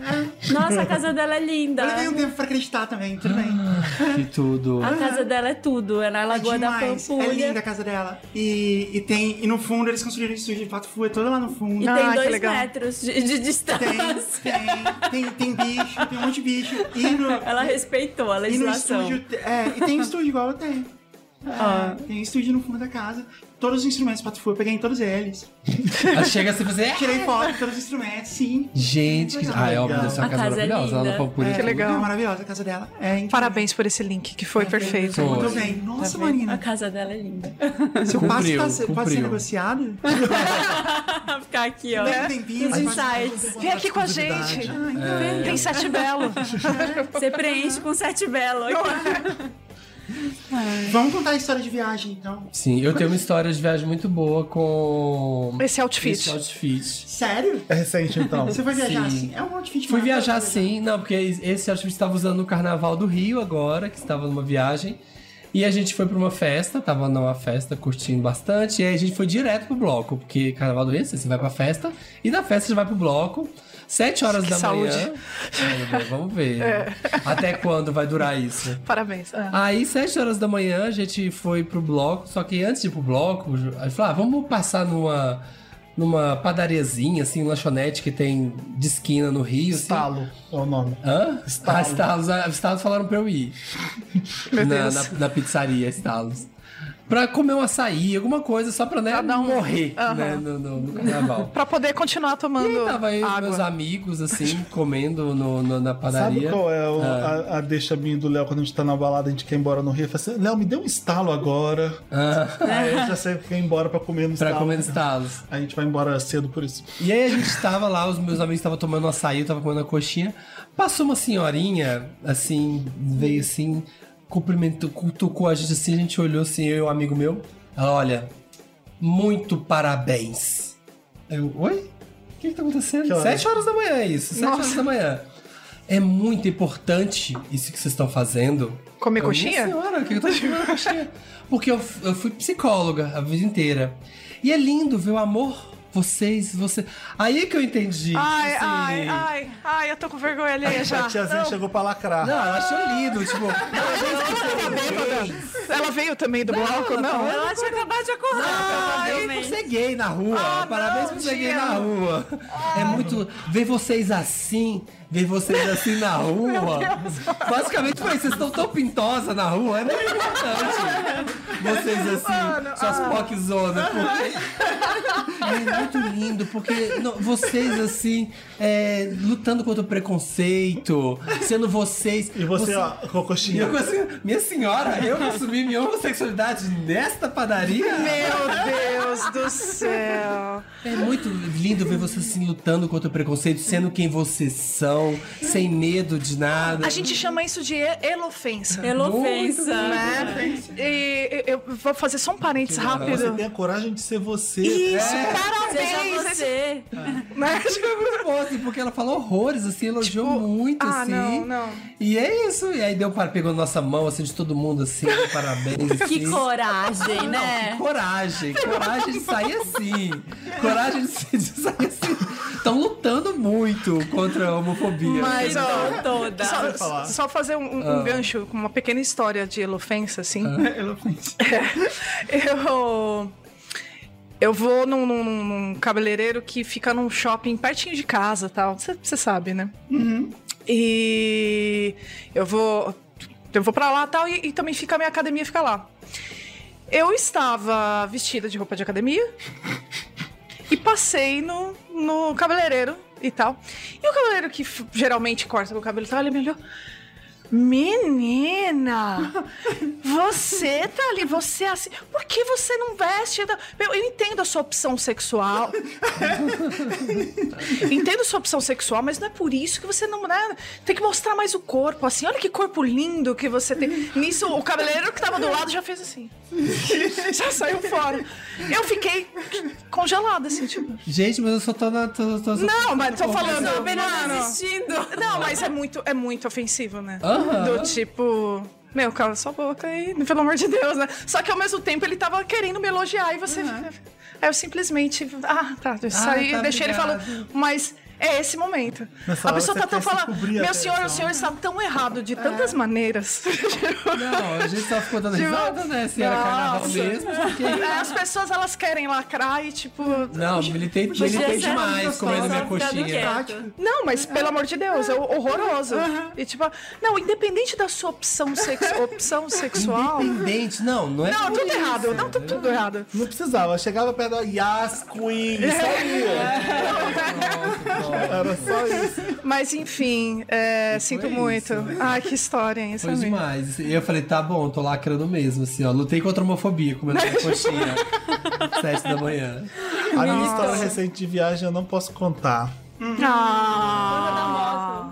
Takai. Nossa, a casa dela é linda. Eu levei um tempo pra acreditar também, tudo bem. ah. Que tudo. A casa dela é tudo. É na É Lagoa da demais. É Pampulha. linda a casa dela. E, e tem. E no fundo eles construíram o estúdio de pato fu, é todo lá no fundo. E Ah, tem que dois legal. metros de, de Tem, distância. tem, tem, tem bicho, tem um monte de bicho. E no, Ela respeitou a e no legislação. estúdio. É, e tem um estúdio igual eu tenho. É, Ah. Tem um estúdio no fundo da casa. Todos os instrumentos pato fu, eu peguei em todos eles. Ela chega assim e fala assim. "É". Tirei foto de todos os instrumentos, sim. Gente, que... ah, é óbvio, deve ser uma A casa casa é maravilhosa. Ela linda. na Pampulha. É, Que legal. É maravilhosa a casa dela. É incrível. Parabéns por esse link, que foi perfeito. Foi. Muito bem. Nossa, A Marina. casa dela é linda. Ah, Seu Cumpriu, passo tá, pode ser cumpriu. negociado? Ficar aqui, ó. Dá um tempinho, Os você pode- Né? insights. Vem aqui com a gente. Tem sete belo. Você preenche com sete belo aqui. Vamos contar a história de viagem, então. Sim, eu tenho uma história de viagem muito boa com. Esse outfit. Esse outfit. Sério? É recente, então. Você foi viajar Sim. assim? É um outfit Fui maravilhoso. viajar assim. sim, não, porque esse outfit estava usando no Carnaval do Rio agora, que estava numa viagem. E a gente foi pra uma festa, tava numa festa curtindo bastante, e aí a gente foi direto pro bloco, porque Carnaval do Rio, você vai pra festa, e da festa você vai pro bloco, sete horas Que da manhã. saúde. É. Ai, meu Deus, vamos ver. Até quando vai durar isso? Parabéns. É. Aí, 7 horas da manhã, a gente foi pro bloco. Só que antes de ir pro bloco, a gente falou: ah, vamos passar numa, numa padariazinha, assim, lanchonete que tem de esquina no Rio. assim. Estalo é o nome. Hã? Estalo. Ah, Estalos. Ah, Estalos falaram pra eu ir. Meu na, Deus. na, na pizzaria, Estalos. Pra comer um açaí, alguma coisa, só pra, né, Pra dar um- morrer né, Aham. no, no- no carnaval. Pra poder continuar tomando E aí tava aí água. meus amigos, assim, comendo no, no- na padaria. Ah. Sabe qual é o- a, a deixa minha do Léo quando a gente tá na balada, a gente quer ir embora no Rio? Fala assim, Léo, me deu um estalo agora. Aí eu já sei que quer ir embora pra comer no Ah. Pra estalo. comer nos Estalos. A gente vai embora cedo por isso. E aí a gente tava lá, os meus amigos estavam tomando açaí, eu tava comendo a coxinha. Passou uma senhorinha, assim, veio assim, cumprimentou, cutucou a gente assim, a gente olhou assim, eu e um amigo meu. Ela, olha, muito parabéns. Eu, oi? O que, que tá acontecendo? Que horas? Sete horas da manhã é isso, sete horas da manhã. É muito importante isso que vocês estão fazendo. Comer Eu, coxinha? "Minha senhora, o que eu tô comendo coxinha? Porque eu, eu fui psicóloga a vida inteira. E é lindo ver o amor. Vocês, você. Aí é que eu entendi. Ai, tipo assim, ai, ai, ai, eu tô com vergonha alheia já. A tiazinha Não. chegou pra lacrar. Não, eu acho lindo, tipo. Ela veio também do bloco? Não. Ela tinha acabado de acordar, Parabéns por provavelmente. ser gay na rua. Ah, Parabéns é não, por ser tia. gay na rua. É muito. Ver vocês assim Ver vocês assim na rua. Basicamente foi isso. Vocês estão tão pintosa na rua. É muito importante. Vocês assim, Mano, suas ah. poczona. porque- É muito lindo, porque não, vocês assim, é, lutando contra o preconceito, sendo vocês. E você, ó, com a E coxinha. eu consigo- minha senhora, eu que assumi minha homossexualidade nesta padaria? Meu Deus do céu. É muito lindo ver vocês assim lutando contra o preconceito, sendo quem vocês são, sem medo de nada. A gente chama isso de e- elofensa. Elofensa. né? E eu eu vou fazer só um parênteses Você rápido. tem a coragem de ser você. Isso, Seja parabéns! você. Né? Pô, assim, porque ela falou horrores, assim, elogiou muito, ah, assim. não, não. E é isso. E aí deu para pegou nossa mão, assim, de todo mundo, assim, parabéns. Que assim. coragem, né? Coragem, coragem de sair assim. Coragem de se- de sair assim. Estão lutando muito contra a homofobia. Mas, ó, Então, toda. só, só fazer um, um gancho com uma pequena história de elofensa, assim. É. Eloquente. Eu. Eu vou num, num- num cabeleireiro que fica num shopping pertinho de casa tal. Você sabe, né? E eu vou. Eu vou pra lá tal, e, e também fica a minha academia, fica lá. Eu estava vestida de roupa de academia e passei no, no cabeleireiro e tal. E o cabeleireiro que f- geralmente corta meu cabelo e tal, ele é me olhou. Menina, você tá ali, você é assim. Por que você não veste? Meu, eu entendo a sua opção sexual. entendo a sua opção sexual, mas não é por isso que você não. né, tem que mostrar mais o corpo, assim. Olha que corpo lindo que você tem. Nisso, o cabeleireiro que tava do lado já fez assim. já saiu fora. Eu fiquei congelada, assim, tipo. Gente, mas eu só tô na. Tô, tô- Não, mas tô falando. Tô apenas mano. assistindo. Não, mas é muito, é muito ofensivo, né? Aham. Do tipo. Meu, cala sua boca aí, pelo amor de Deus, né? Só que ao mesmo tempo ele tava querendo me elogiar e você. Aí eu simplesmente. Ah, tá. Eu saí, tá, deixei obrigado. ele falando. Mas. É esse momento. Nessa a pessoa hora tá você tão quer se falando. cobrir Meu até, então. senhor, o senhor está tão errado de tantas maneiras. Não, a gente só ficou dando Tipo, risada, né? Se era nossa. carnaval mesmo, porque. É, As pessoas elas querem lacrar e tipo. Não, militei, Podia militei ser demais outra comendo coisa, minha ficado é. coxinha. quieto. Não, mas pelo amor de Deus, é horroroso. E tipo, não, independente da sua opção, sex- opção sexual. Independente, não, não é. Não, por tudo isso. errado. Não, tudo, tudo errado. Não precisava, chegava perto da Yas Queen, É. só ia. Era só isso. Mas enfim, é, sinto isso, muito. né? Ai, que história, hein? Foi Samir? demais. E eu falei, tá bom, tô lacrando mesmo, assim, ó. Lutei contra a homofobia comendo minha coxinha. Sete da manhã. A minha história recente de viagem eu não posso contar. Ah,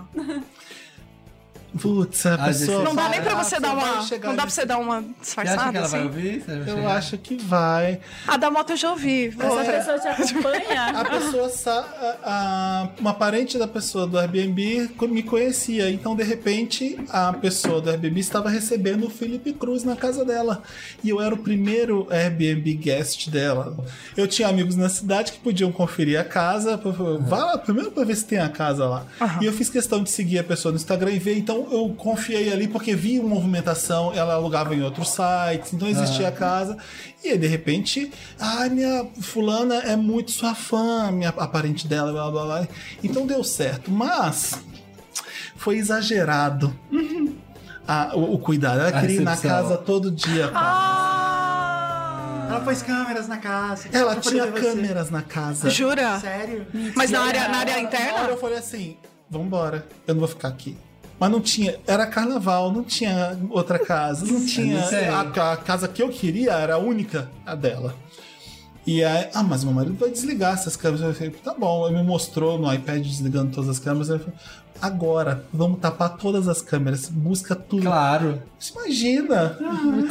Putz, a Ah, gente, pessoa. você- não dá nem vai- pra você ah, dar uma. vai chegar Não dá pra nisso. você dar uma Você acha que disfarçada ela vai assim. ouvir? Você vai Eu chegar? acho que vai. A da moto eu já ouvi. Essa pessoa te acompanha? A pessoa. sa- a- a- uma parente da pessoa do Airbnb co- me conhecia. Então, de repente, a pessoa do Airbnb estava recebendo o Felipe Cruz na casa dela. E eu era o primeiro Airbnb guest dela. Eu tinha amigos na cidade que podiam conferir a casa. P- p- Vá lá primeiro pra ver se tem a casa lá. E eu fiz questão de seguir a pessoa no Instagram e ver. Então, eu confiei ali porque vi uma movimentação. Ela alugava em outros sites. Então, existia a casa. E aí, de repente, ai, minha fulana é muito sua fã, minha a parente dela, blá blá blá. Então deu certo, mas foi exagerado. Ah, o, o cuidado. Ela A queria ir na recepção. casa todo dia. cara. Ah! Ela pôs câmeras na casa. Ela pra poder tinha ver você. câmeras na casa. Jura? Sério? Mas na área, na área Na hora interna? eu falei assim: vambora, eu não vou ficar aqui. Mas não tinha, era carnaval, não tinha outra casa, não tinha. É, Não sei. a, a casa que eu queria era a única, a dela. E aí, ah, mas meu marido vai desligar essas câmeras. Eu falei, tá bom, ele me mostrou no iPad desligando todas as câmeras. Ele falou, agora, vamos tapar todas as câmeras, busca tudo. Claro. Você imagina!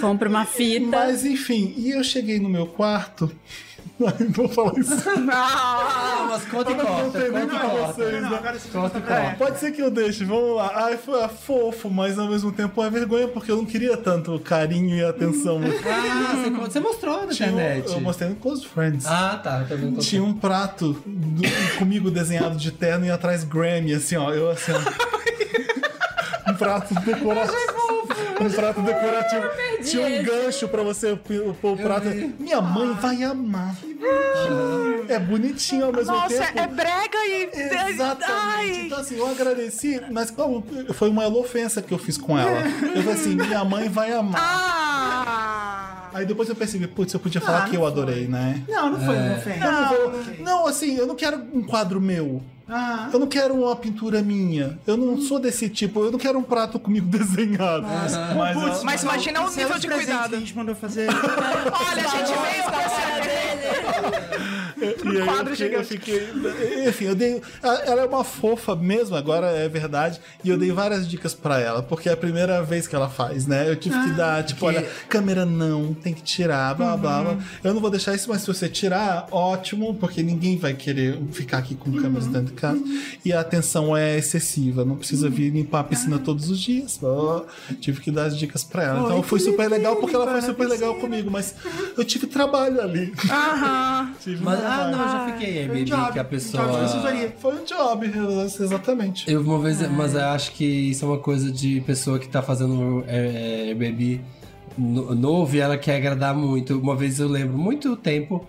Compra uma fita. Mas enfim, e eu cheguei no meu quarto. Não vou falar isso. Ah, mas conta e corta, contei muito pra conta e vocês, corta. né? Não, agora você tá Corta e pra ela. corta. Pode ser que eu deixe, vamos lá. Ai, foi ah, fofo, mas ao mesmo tempo é vergonha, porque eu não queria tanto carinho e atenção. Ah, você, conta- você mostrou na Tinha um- internet. eu mostrei no Close Friends. Ah, tá. Tá bom. Tinha um prato do- comigo desenhado de terno e atrás Grammy, assim, ó. Eu assim, ó. Um prato decorativo. Um prato decorativo. Tinha um esse. gancho pra você p- pôr o prato. vi. Minha mãe vai amar. É bonitinho ao mesmo Nossa, tempo. é brega e Exatamente. Então, assim, eu agradeci, mas como, foi uma ofensa que eu fiz com ela. Eu falei assim: minha mãe vai amar. Ah! Aí depois eu percebi, putz, eu podia falar Ah, que eu adorei, né? Não, não foi uma ofensa. Eu não, vou- não, assim, eu não quero um quadro meu. Ah. Eu não quero uma pintura minha. Eu não sou desse tipo. Eu não quero um prato comigo desenhado. Ah. Mas, Putz, ela- Mas imagina o Esse é nível os de presentes cuidado. que a gente mandou fazer. Olha, a gente veio pra E aí Quadro eu fiquei, eu fiquei- Enfim, eu dei. a- Ela é uma fofa mesmo, agora é verdade. E eu dei várias dicas pra ela, porque é a primeira vez que ela faz, né? Eu tive que Ah, dar, tipo, olha, câmera não, tem que tirar, blá blá Uhum. blá. Eu não vou deixar isso, mas se você tirar, ótimo, porque ninguém vai querer ficar aqui com Uhum. câmeras dentro de casa. E a atenção é excessiva, não precisa vir Uhum. limpar a Ah. piscina todos os dias. Ó, tive que dar as dicas pra ela. então foi super legal, porque ela foi super legal comigo, mas eu tive trabalho ali. Aham. Tive Mas, ah, trabalho. não, eu já fiquei Foi aí, um baby, job, que a um pessoa. job de assessoria. Foi um job, exatamente. Eu uma vez, mas eu acho que isso é uma coisa de pessoa que tá fazendo é, é, bebê no- novo e ela quer agradar muito. Uma vez eu lembro, muito tempo,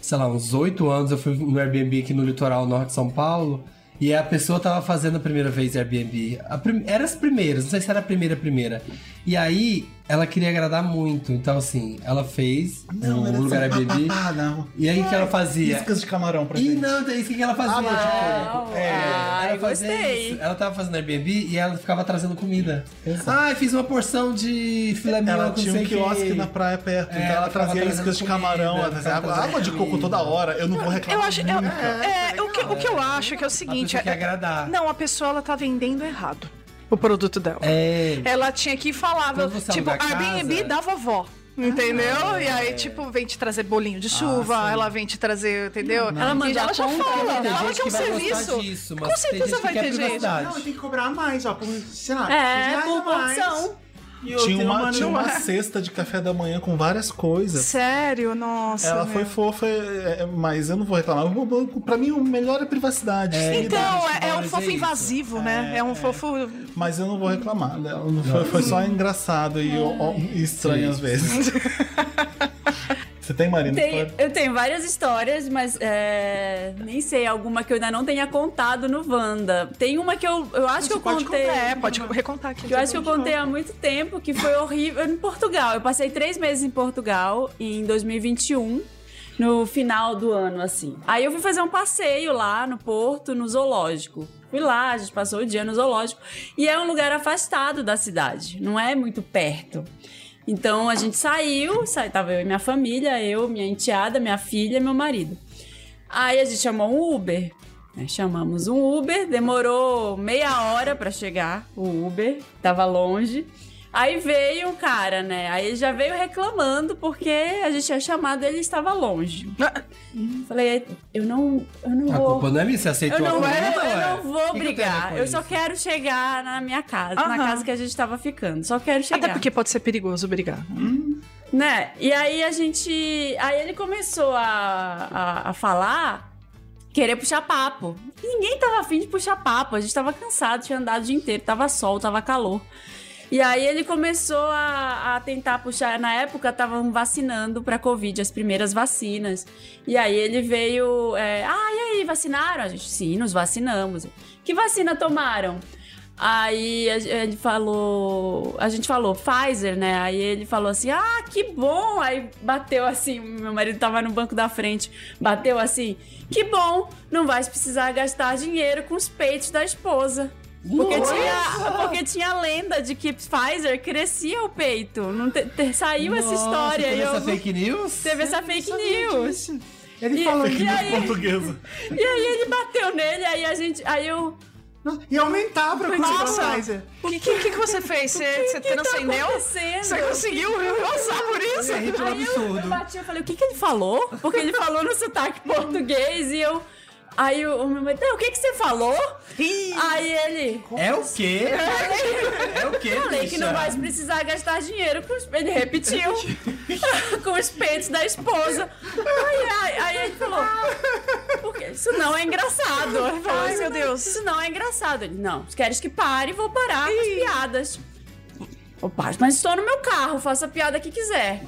sei lá, uns oito anos, eu fui no Airbnb aqui no litoral norte de São Paulo. E a pessoa tava fazendo a primeira vez Airbnb. A prim- Era as primeiras, não sei se era a primeira, primeira. E aí, ela queria agradar muito. Então, assim, ela fez um era lugar assim, Airbnb. Ah, não. E aí, o que ela fazia? Iscas de camarão pra E gente. não, é isso que ela fazia. Uau, tipo, é, Ah, ai, ela fazia gostei. isso. Ela tava fazendo Airbnb e ela ficava trazendo comida. Ah, fiz uma porção de filé mignon Ela com tinha sei um o quê. quiosque na praia perto, É, então ela ela tava trazia trazendo iscas de comida, camarão, ela trazia tava água, trazendo água de coco comida. toda hora. Eu não vou reclamar. Eu acho. eu- nunca. é, o, que, o que eu acho que é o A pessoa seguinte. quer é- agradar. Não, a pessoa ela tá vendendo errado o produto dela. É. Ela tinha que falar, Quando você tipo, aluga a Airbnb casa- da vovó. Entendeu? e aí, tipo, vem te trazer bolinho de chuva, ela vem te trazer, entendeu? Ela manda E ela já a conta, fala, Tem ela gente quer um que vai gostar serviço. disso, mas Com tem certeza gente que vai quer ter gente. privacidade. Ah, Não, tem que cobrar mais, ó. Por, sei lá, É, 15 reais por a mais. porção. E eu Tinha tenho uma, tinha uma numa- cesta de café da manhã com várias coisas. Sério, nossa. Ela né? meu. foi fofa, é, é, mas eu não vou reclamar. Eu vou- Pra mim, o melhor é privacidade. Então, intimidade. é, é um Mas é fofo isso. invasivo, né? É, um fofo. Mas eu não vou reclamar dela. Foi, foi só engraçado e, ó, e estranho às vezes. Você tem, Marina? Tem- eu tenho várias histórias, mas é, nem sei alguma que eu ainda não tenha contado no Wanda. Tem uma que eu, eu acho que eu pode contei. É, pode recontar aqui. Que eu acho que eu contei há muito tempo, que foi horrível em Portugal. Eu passei três meses em Portugal em 2021, no final do ano, assim. Aí eu fui fazer um passeio lá no Porto, no zoológico. Fui lá, a gente passou o dia no zoológico. E é um lugar afastado da cidade, não é muito perto. Então a gente saiu, sa- tava eu e minha família, eu, minha enteada, minha filha e meu marido. Aí a gente chamou um Uber. né? Chamamos um Uber, demorou meia hora pra chegar o Uber, tava longe. Aí veio um cara, né? Aí ele já veio reclamando porque a gente tinha chamado e ele estava longe. Falei, eu não, eu não A vou. culpa não é minha, você Eu aceitou não, a vou, comida, eu ué? não vou O que que tem a ver brigar. com Eu isso? só quero chegar na minha casa, na Aham. casa que a gente tava ficando. Só quero chegar. Até porque pode ser perigoso brigar. Né? E aí a gente. Aí ele começou a, a, a falar, querer puxar papo. E ninguém tava afim de puxar papo, a gente tava cansado, tinha andado o dia inteiro, tava sol, tava calor. E aí ele começou a, a tentar puxar. Na época estavam vacinando pra Covid, as primeiras vacinas. E aí ele veio. é, ah, e aí, vacinaram? A gente, sim, nos vacinamos. Que vacina tomaram? Aí a- ele falou. A gente falou Pfizer, né? Aí ele falou assim: Ah, que bom! Aí bateu assim. Meu marido tava no banco da frente. Bateu assim: Que bom! Não vai precisar gastar dinheiro com os peitos da esposa. Porque tinha, porque tinha a lenda de que Pfizer crescia o peito. Não te- te- saiu essa Nossa, história. teve e eu, essa fake news? teve essa é é fake news. Ele E- falou e que. aí- Portuguesa. E aí ele bateu nele, aí a gente. Aí eu. E aumentar pra Nossa. coisa. O que, que, que você fez? Você, você O que tá transcendeu? acontecendo? Você conseguiu passar por isso? É ridículo, Aí eu, eu absurdo. bati, eu falei, o que que ele falou? Porque ele falou no sotaque português e eu... Aí o, o meu marido, "Não, o que que você falou? Aí ele... É o quê? É o quê, Falei que não bicha? vai precisar gastar dinheiro com os... Ele repetiu. com os peitos da esposa. Aí, aí, aí ele falou... Porque isso não é engraçado. Ele falou, Ai, "Isso meu não- Deus. Isso não é engraçado. Ele, não, queres que pare, vou parar com as piadas. Ô, Paty, mas estou no meu carro, faço a piada que quiser.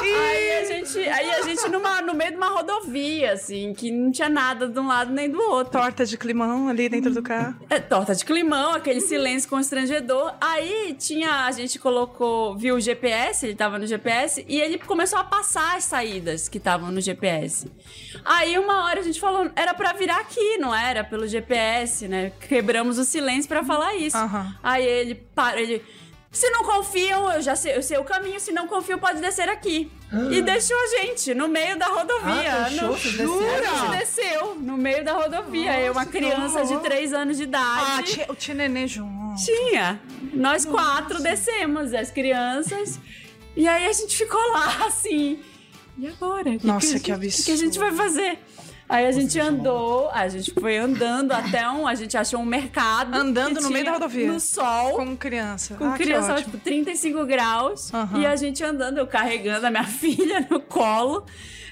aí a gente, aí a gente numa, no meio de uma rodovia, assim, que não tinha nada de um lado nem do outro. Torta de climão ali dentro do carro. É, torta de climão, aquele silêncio constrangedor. Aí tinha, a gente colocou, viu o GPS, ele tava no GPS, e ele começou a passar as saídas que estavam no GPS. Aí uma hora a gente falou, era pra virar aqui, não era? Pelo GPS, né? Quebramos o silêncio pra falar isso. Aham. Aí ele para, ele. Se não confiam, eu já sei, eu sei o caminho, se não confiam, pode descer aqui. E deixou a gente no meio da rodovia. Ah, deixou, no, vocês A desceram? gente desceu no meio da rodovia. eu, uma criança de 3 anos de idade. Ah, tinha, o tinha nenê junto. Tinha. Nós quatro descemos, as crianças. E aí a gente ficou lá, assim. E agora? O Nossa, a que gente- O que a gente vai fazer? Aí a gente andou, a gente foi andando até um. A gente achou um mercado. Andando que no meio tinha da rodovia. No sol. Com criança. Com Ah, que criança, ótimo. tipo, 35 graus. Aham. E a gente andando, eu carregando a minha filha no colo.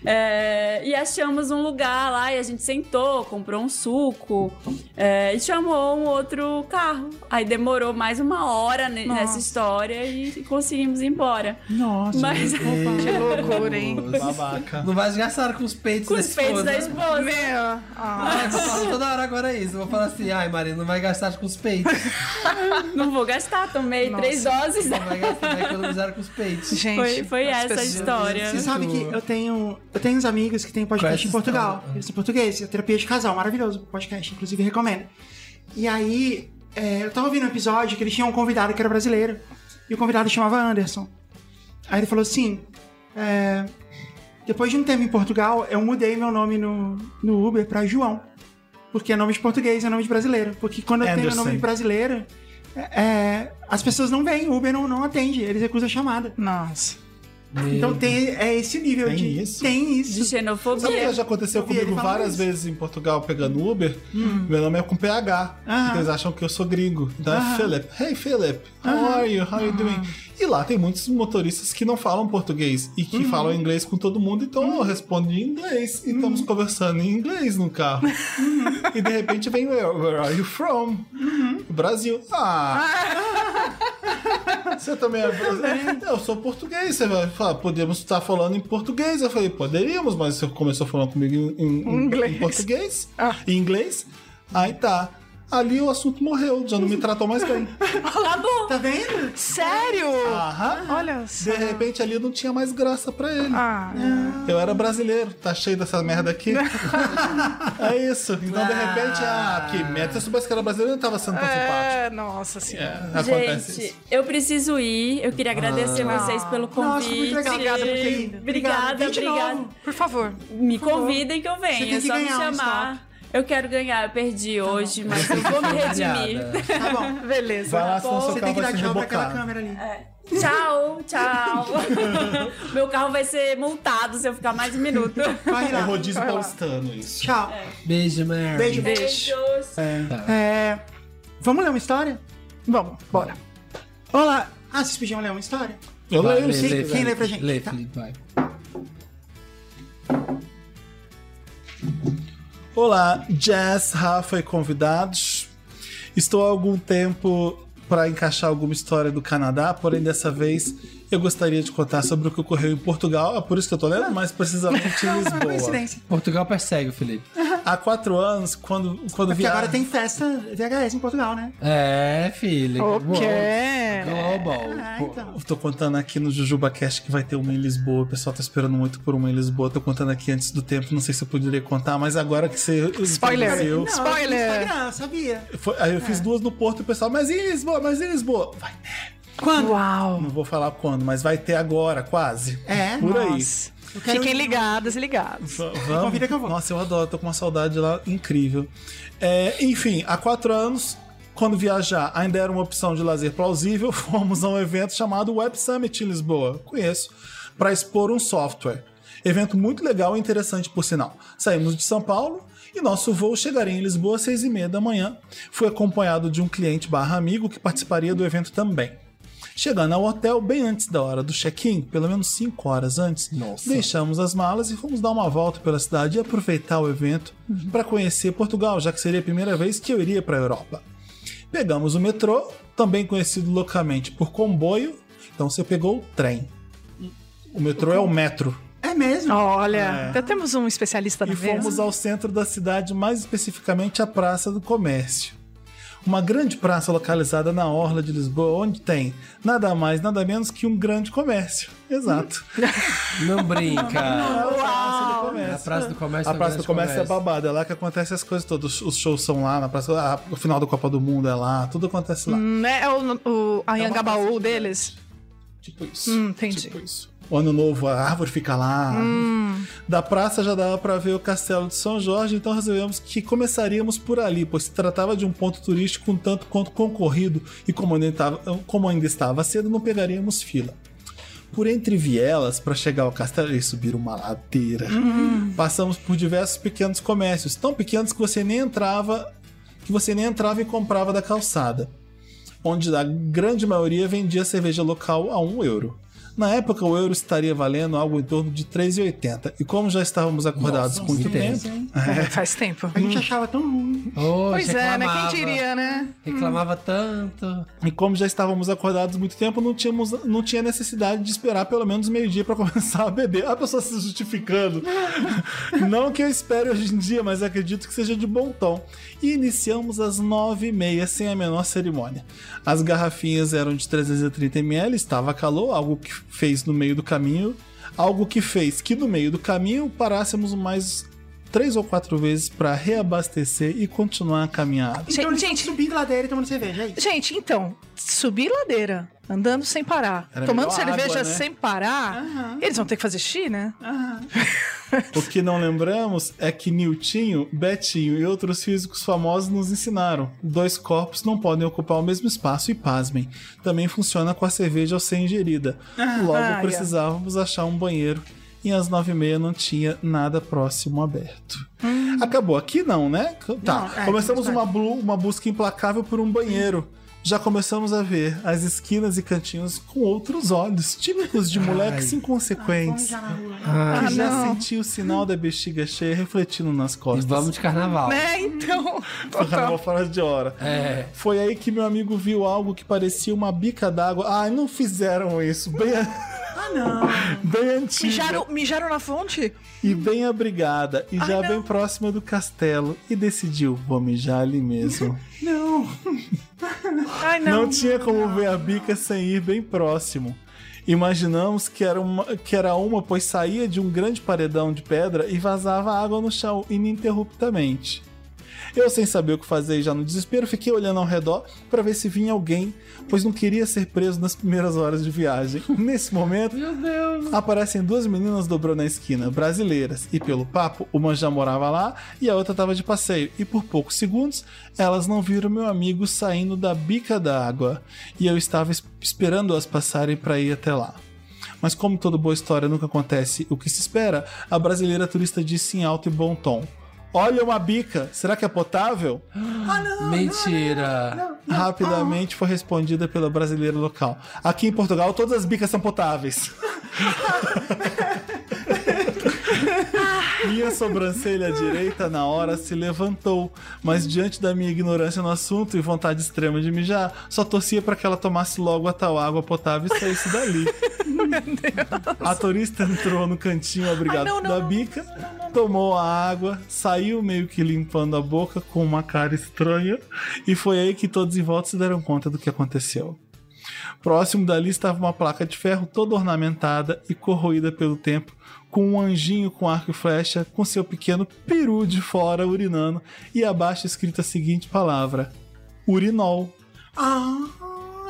é, e achamos um lugar lá e a gente sentou, comprou um suco é, e chamou um outro carro. Aí demorou mais uma hora ne- Nossa. nessa história e conseguimos ir embora. Nossa. Mas Que loucura, hein? Babaca. Não vai desgraçar com os peitos com da os peitos esposa. da esposa. Meu. Ah. Ah, eu falo toda hora agora isso. Eu vou falar assim, ai, Marina, não vai gastar com os peitos. Não vou gastar, tomei Nossa. três doses. Não vai gastar, vai economizar com os peitos. Gente. Foi, foi as essa a pessoas- história. Você sabe que eu tenho, eu tenho uns amigos que têm podcast Crash em Portugal. Stone. Eles são portugueses, é terapia de casal, maravilhoso podcast, inclusive recomendo. E aí, é, eu tava ouvindo um episódio que eles tinham um convidado que era brasileiro. E o convidado chamava Anderson. Aí ele falou assim: é, depois de um tempo em Portugal, eu mudei meu nome no, no Uber pra João. Porque é nome de português, é nome de brasileiro. Porque quando eu tenho Anderson. nome de brasileiro, é, é, as pessoas não vêm, o Uber não, não atende, eles recusam a chamada. Nossa. Então tem é esse nível Tem de isso? tem De isso. Sabe o xenofobia. que já aconteceu Eu vi ele comigo falando várias isso. vezes em Portugal pegando Uber? Meu nome é com PH. Ah. Então eles acham que eu sou gringo. Então Ah. é Philip. Hey Philip, how are you? How are you doing? E lá tem muitos motoristas que não falam português e que falam inglês com todo mundo, então eu respondo em inglês. E estamos conversando em inglês no carro. E de repente vem where, where are you from? Brasil. Ah! Você também é brasileiro? Eu sou português. Você vai falar, podemos estar falando em português. Eu falei, poderíamos, mas você começou falando comigo em, em- em Inglês. Ah. português. Em inglês. Aí tá. Ali o assunto morreu, já não me tratou mais bem. Acabou. Tá vendo? Sério? Aham. Olha só. De repente ali não tinha mais graça pra ele. Ah, Eu era brasileiro, tá cheio dessa merda aqui. é isso. Então de repente, ah, que merda. Se eu soubesse que era brasileiro, eu não tava sendo tão simpático. é, nossa senhora. É, acontece Gente, isso. eu preciso ir. Eu queria agradecer vocês pelo Ah. Nossa, convite. muito legal. Obrigada por ter ido. Obrigada, Obrigada. Vem de obrigada. novo. Por favor. Me convidem que eu Você venho. tem É que só me ganhar um chamar. eu quero ganhar. Eu perdi hoje, mas eu vou me redimir. Tá bom. Beleza. Vai lá, senão seu Você tem carro que vai dar se tchau pra aquela rebocar. câmera ali. tchau, tchau. Meu carro vai ser multado se eu ficar mais um minuto. Vai É lá. rodízio paulistano isso. Tchau. Beijo, Mary. Beijo. Beijos. É, vamos ler uma história? Vamos, bora. Olá. Ah, vocês podiam ler uma história? Eu Vai, leio sim. Quem vai. lê pra gente? Lê, Tá. Felipe, vai. Olá, Jazz, Rafa e convidados. Estou há algum tempo para encaixar alguma história do Canadá, porém dessa vez eu gostaria de contar sobre o que ocorreu em Portugal, é por isso que eu tô lendo, mas precisamente em Uma é Lisboa. Ah, coincidência. Portugal persegue o Felipe. Há quatro anos, quando, quando É Porque viajo... agora tem festa VHS em Portugal, né? É, filho. O quê? Global. Ah, então. Eu tô contando aqui no JujubaCast que vai ter uma em Lisboa. O pessoal tá esperando muito por uma em Lisboa. Tô contando aqui antes do tempo, não sei se eu poderia contar, mas agora que você Spoiler. introduziu- Não, Spoiler. eu vi no Instagram, eu sabia. Foi- aí eu fiz duas no Porto e o pessoal, mas e em Lisboa? Mas e em Lisboa? Vai Quando? Uau. Não vou falar quando, mas vai ter agora, quase. É? Por aí. É. Nossa. Eu quero Fiquem ir. ligadas e ligados. V- Vamos. Convida que eu vou. Nossa, eu adoro, tô com uma saudade lá incrível. É, enfim, há quatro anos, quando viajar ainda era uma opção de lazer plausível, fomos a um evento chamado Web Summit em Lisboa. Conheço. Para expor um software. Evento muito legal e interessante, por sinal. Saímos de São Paulo e nosso voo chegaria em Lisboa às seis e meia da manhã. Fui acompanhado de um cliente barra amigo que participaria do evento também. Chegando ao hotel bem antes da hora do check-in, pelo menos 5 horas antes, Nossa. deixamos as malas e fomos dar uma volta pela cidade e aproveitar o evento para conhecer Portugal, já que seria a primeira vez que eu iria para a Europa. Pegamos o metrô, também conhecido localmente por comboio, Então você pegou o trem. O metrô é o metro. É mesmo? Olha, já temos um especialista na É. E vez. fomos ao centro da cidade, mais especificamente à Praça do Comércio. Uma grande praça localizada na Orla de Lisboa, onde tem nada mais, nada menos que um grande comércio. Exato. Não brinca. É a Praça do A Comércio. Praça do Comércio A Praça do Comércio é babada, é lá que acontece as coisas todas. Os shows são lá, na praça, a- o final da Copa do Mundo é lá, tudo acontece lá. Né? É o, o a Anhangabaú praça deles. Tipo isso. Hum, entendi. Tipo isso. O ano novo, a árvore fica lá. Hum. Da praça já dava pra ver o castelo de São Jorge, então resolvemos que começaríamos por ali, pois se tratava de um ponto turístico um tanto quanto concorrido e como ainda estava, como ainda estava cedo, não pegaríamos fila. Por entre vielas, para chegar ao castelo e subir uma ladeira, Hum. passamos por diversos pequenos comércios, tão pequenos que você nem entrava, que você nem entrava e comprava da calçada onde a grande maioria vendia cerveja local a 1 euro. Na época, o euro estaria valendo algo em torno de 3,80. E como já estávamos acordados Nossa, por muito muito tempo, É. Faz tempo. A Hum. gente achava tão ruim. Pois é, né? Quem diria, né? Reclamava tanto. e como já estávamos acordados muito tempo, não, tínhamos, não tinha necessidade de esperar pelo menos meio-dia para começar a beber. A pessoa se justificando. não que eu espere hoje em dia, mas acredito que seja de bom tom. E iniciamos às 9h30, sem a menor cerimônia. As garrafinhas eram de 330ml, estava calor, algo que fez no meio do caminho. Algo que fez que no meio do caminho parássemos mais três ou quatro vezes para reabastecer e continuar a caminhada. Então eles gente- estão subindo ladeira e tomando cerveja, é isso? Gente, então, subir ladeira, andando sem parar, Era tomando melhor água, cerveja né? sem parar, Aham. eles vão ter que fazer xixi, né? Aham. O que não lembramos é que Niltinho, Betinho e outros físicos famosos nos ensinaram. Dois corpos não podem ocupar o mesmo espaço e pasmem. Também funciona com a cerveja ao ser ingerida. Logo ah, precisávamos achar um banheiro. E às nove e meia não tinha nada próximo aberto. Acabou aqui não, né? Tá. Hum. Não, é, Começamos mas uma, blu- uma busca implacável por um banheiro. Já começamos a ver as esquinas e cantinhos com outros olhos, típicos de moleques Vamos inconsequentes já na rua. que Ah, já não. senti o sinal da bexiga cheia refletindo nas e costas. vamos de carnaval. Né? Então. Carnaval Total. fora de hora. É. Foi aí que meu amigo viu algo que parecia uma bica d'água. Ai, não fizeram isso. Bem, Ah, não. bem antiga. Mijaram, mijaram na fonte? E bem abrigada. E já não. bem próxima do castelo. E decidiu, vou mijar ali mesmo. Não. Ai, Não, não. tinha como ver a bica sem ir bem próximo. Imaginamos que era, uma, que era uma, pois saía de um grande paredão de pedra e vazava água no chão ininterruptamente. Eu, sem saber o que fazer e já no desespero, fiquei olhando ao redor para ver se vinha alguém, pois não queria ser preso nas primeiras horas de viagem. Nesse momento, Meu Deus. aparecem duas meninas dobrando na esquina, brasileiras, e pelo papo, uma já morava lá e a outra tava de passeio, e por poucos segundos elas não viram meu amigo saindo da bica da água, e eu estava es- esperando as passarem para ir até lá. Mas como toda boa história nunca acontece o que se espera, a brasileira turista disse em alto e bom tom: "Olha uma bica, será que é potável?" Mentira. Rapidamente foi respondida pela brasileira local. Aqui em Portugal, todas as bicas são potáveis. Minha sobrancelha direita, na hora, se levantou, mas diante da minha ignorância no assunto e vontade extrema de mijar, só torcia para que ela tomasse logo a tal água potável e saísse dali. A turista entrou no cantinho obrigado Ai, não, não, da não, bica, tomou a água, saiu meio que limpando a boca com uma cara estranha, e foi aí que todos em volta se deram conta do que aconteceu. Próximo dali estava uma placa de ferro toda ornamentada e corroída pelo tempo, com um anjinho com arco e flecha, com seu pequeno peru de fora urinando, e abaixo escrita a seguinte palavra: urinol. Ah,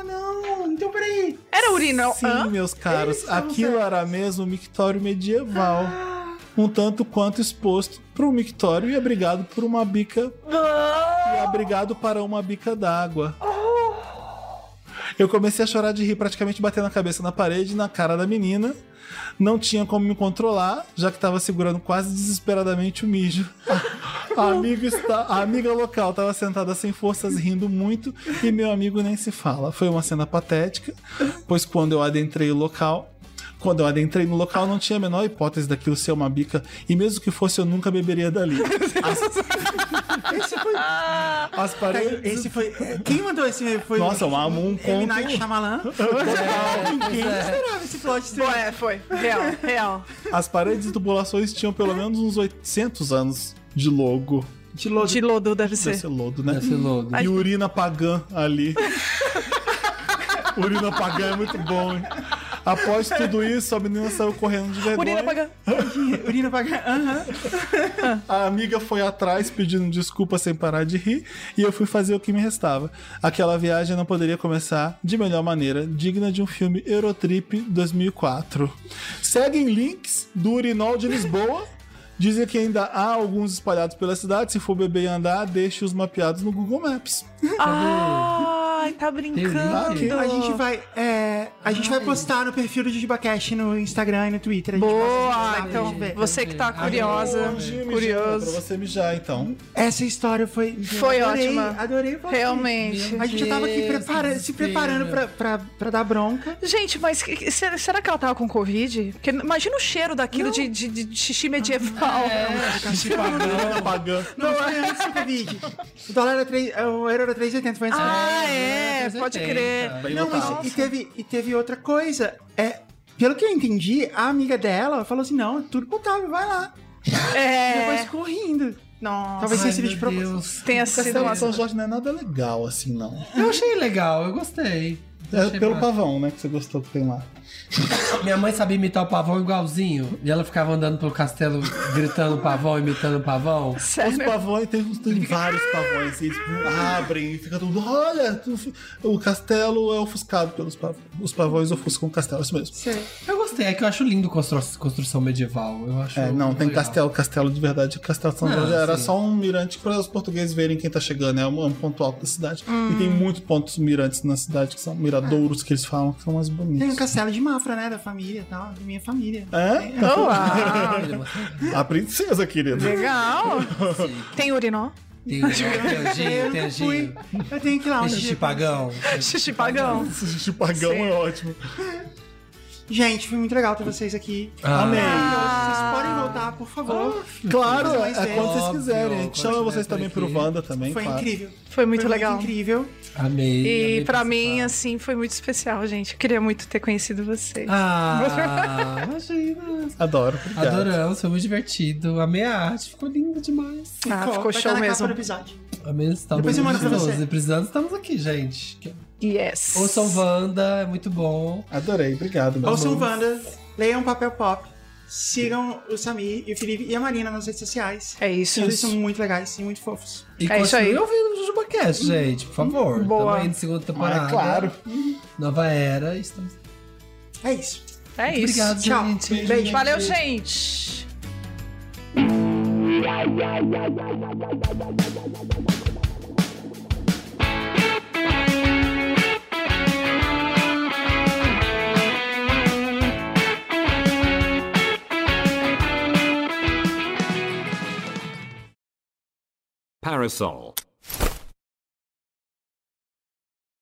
não. Então peraí. Era urinol. Sim, Hã? meus caros, estavam aquilo era mesmo um mictório medieval. Ah! Um tanto quanto exposto para um mictório e abrigado por uma bica. E abrigado para uma bica d'água. Eu comecei a chorar de rir, praticamente batendo a cabeça na parede, na cara da menina. Não tinha como me controlar, já que estava segurando quase desesperadamente o mijo. A amiga, está, a amiga local estava sentada sem forças, rindo muito, e meu amigo nem se fala. Foi uma cena patética, pois quando eu adentrei o local, Quando eu adentrei no local, não tinha a menor hipótese daquilo ser uma bica. E mesmo que fosse, eu nunca beberia dali. Esse foi. Peraí, As paredes. Ah! Esse foi. Quem mandou esse e-mail? Foi Nossa, eu amo um M. conto. Night Shyamalan. Ninguém esperava esse plot twist. Bom, é, foi. Real, real. As paredes e tubulações tinham pelo menos uns 800 anos de logo. De lodo. De lodo deve Deve ser. ser lodo, né? Deve ser lodo. E urina pagã ali. urina pagã é muito bom, hein? Após tudo isso, a menina saiu correndo de um vergonha. Urina paga. Urina paga. Aham. A amiga foi atrás pedindo desculpa sem parar de rir e eu fui fazer o que me restava. Aquela viagem não poderia começar de melhor maneira, digna de um filme Eurotrip 2004. Seguem links do urinol de Lisboa. Dizem que ainda há alguns espalhados pela cidade. Se for beber e andar, deixe os mapeados no Google Maps. Ai, tá Tem brincando. A gente vai. é, a gente vai postar no perfil do Jujibacast no Instagram e no Twitter. A gente posta Boa, lá pra então. gente ver. Você que tá curiosa, Hoje, me chama Pra curioso. você mijar, então. Essa história foi. Foi adorei, ótima. Adorei. o Realmente. A gente já tava aqui prepara- se preparando pra, pra, pra dar bronca. Gente, mas que- que- será será que ela tava com Covid? Porque imagina o cheiro daquilo de, de- de xixi medieval. Urina pagã. Não, foi antes do Covid. O dólar era 3, o euro era 3,80, foi assim. antes do Ah, é, mas pode 80. crer. Bem Não, lotado. mas e teve, e teve outra coisa. É, pelo que eu entendi, a amiga dela falou assim: não, é tudo contábil, vai lá. Depois É. correndo. Nossa, Talvez tenha sido de meu propósito. Deus. tenha sido Castelo uma... de São Jorge não é nada legal, assim, não. Eu achei legal, eu gostei. É Achei pelo massa. pavão, né, que você gostou que tem lá. Minha mãe sabia imitar o pavão igualzinho. E ela ficava andando pelo castelo, gritando pavão, imitando pavão. Os Sério? pavões, tem, tem vários pavões, eles tipo, abrem e fica tudo. Olha, tu fi- o castelo é ofuscado pelos pavões. Os pavões ofuscam o castelo, é isso mesmo. Eu gostei, é que eu acho lindo constru- construção medieval. Eu acho É, não, tem legal. castelo, castelo de verdade. Castelo de São Ah, Jorge era sim. só um mirante para os portugueses verem quem tá chegando, é um, é um ponto alto da cidade. E tem muitos pontos mirantes na cidade que são miradouros que eles falam que são mais Tem um bonitos. castelo de Mafra, né? Da família e tal, da minha família. É? Uau, um, A princesa, querida. ah, legal. Tem urinó? Tem o tem o Eu Gino, tem nunca o fui. Gino. Eu tenho que ir lá um Tem xixi dia. pagão. Xixi pagão. Esse pagão Sim. é ótimo. Gente, foi muito legal ter vocês aqui. Ah. Amém. Ah. Vocês podem voltar, por favor. Claro, é, Mas é quando vocês óbvio, quiserem. A quando gente chama tiver vocês por também aqui. pro Wanda também. Foi claro. incrível. Foi muito Foi legal. Muito incrível. Amei. E amei pra mim, participar. assim, foi muito especial, gente. Eu queria muito ter conhecido vocês. Ah, imagina. Adoro. obrigado. Adoramos, foi muito divertido. Amei a arte, ficou lindo demais. Ah, ficou vai tá na show capa mesmo. do episódio. Amei esse tal. Depois eu mando pra você. E precisando, estamos aqui, gente. Yes. Ouçam Wanda, é muito bom. Adorei, obrigado. meu Ouçam amor. Wanda, leiam Papel Pop, sigam o Samir e o Felipe e a Marina nas redes sociais. É isso. Eles são muito legais e muito fofos. E É isso aí. Hum, continuem ouvindo o JujubaCast, gente, por favor. Boa. Estamos aí na segunda temporada. Ah, claro. Nova era. Estamos... É isso. É isso. Obrigado, Tchau. gente. Beijo. Valeu, gente. Parasol.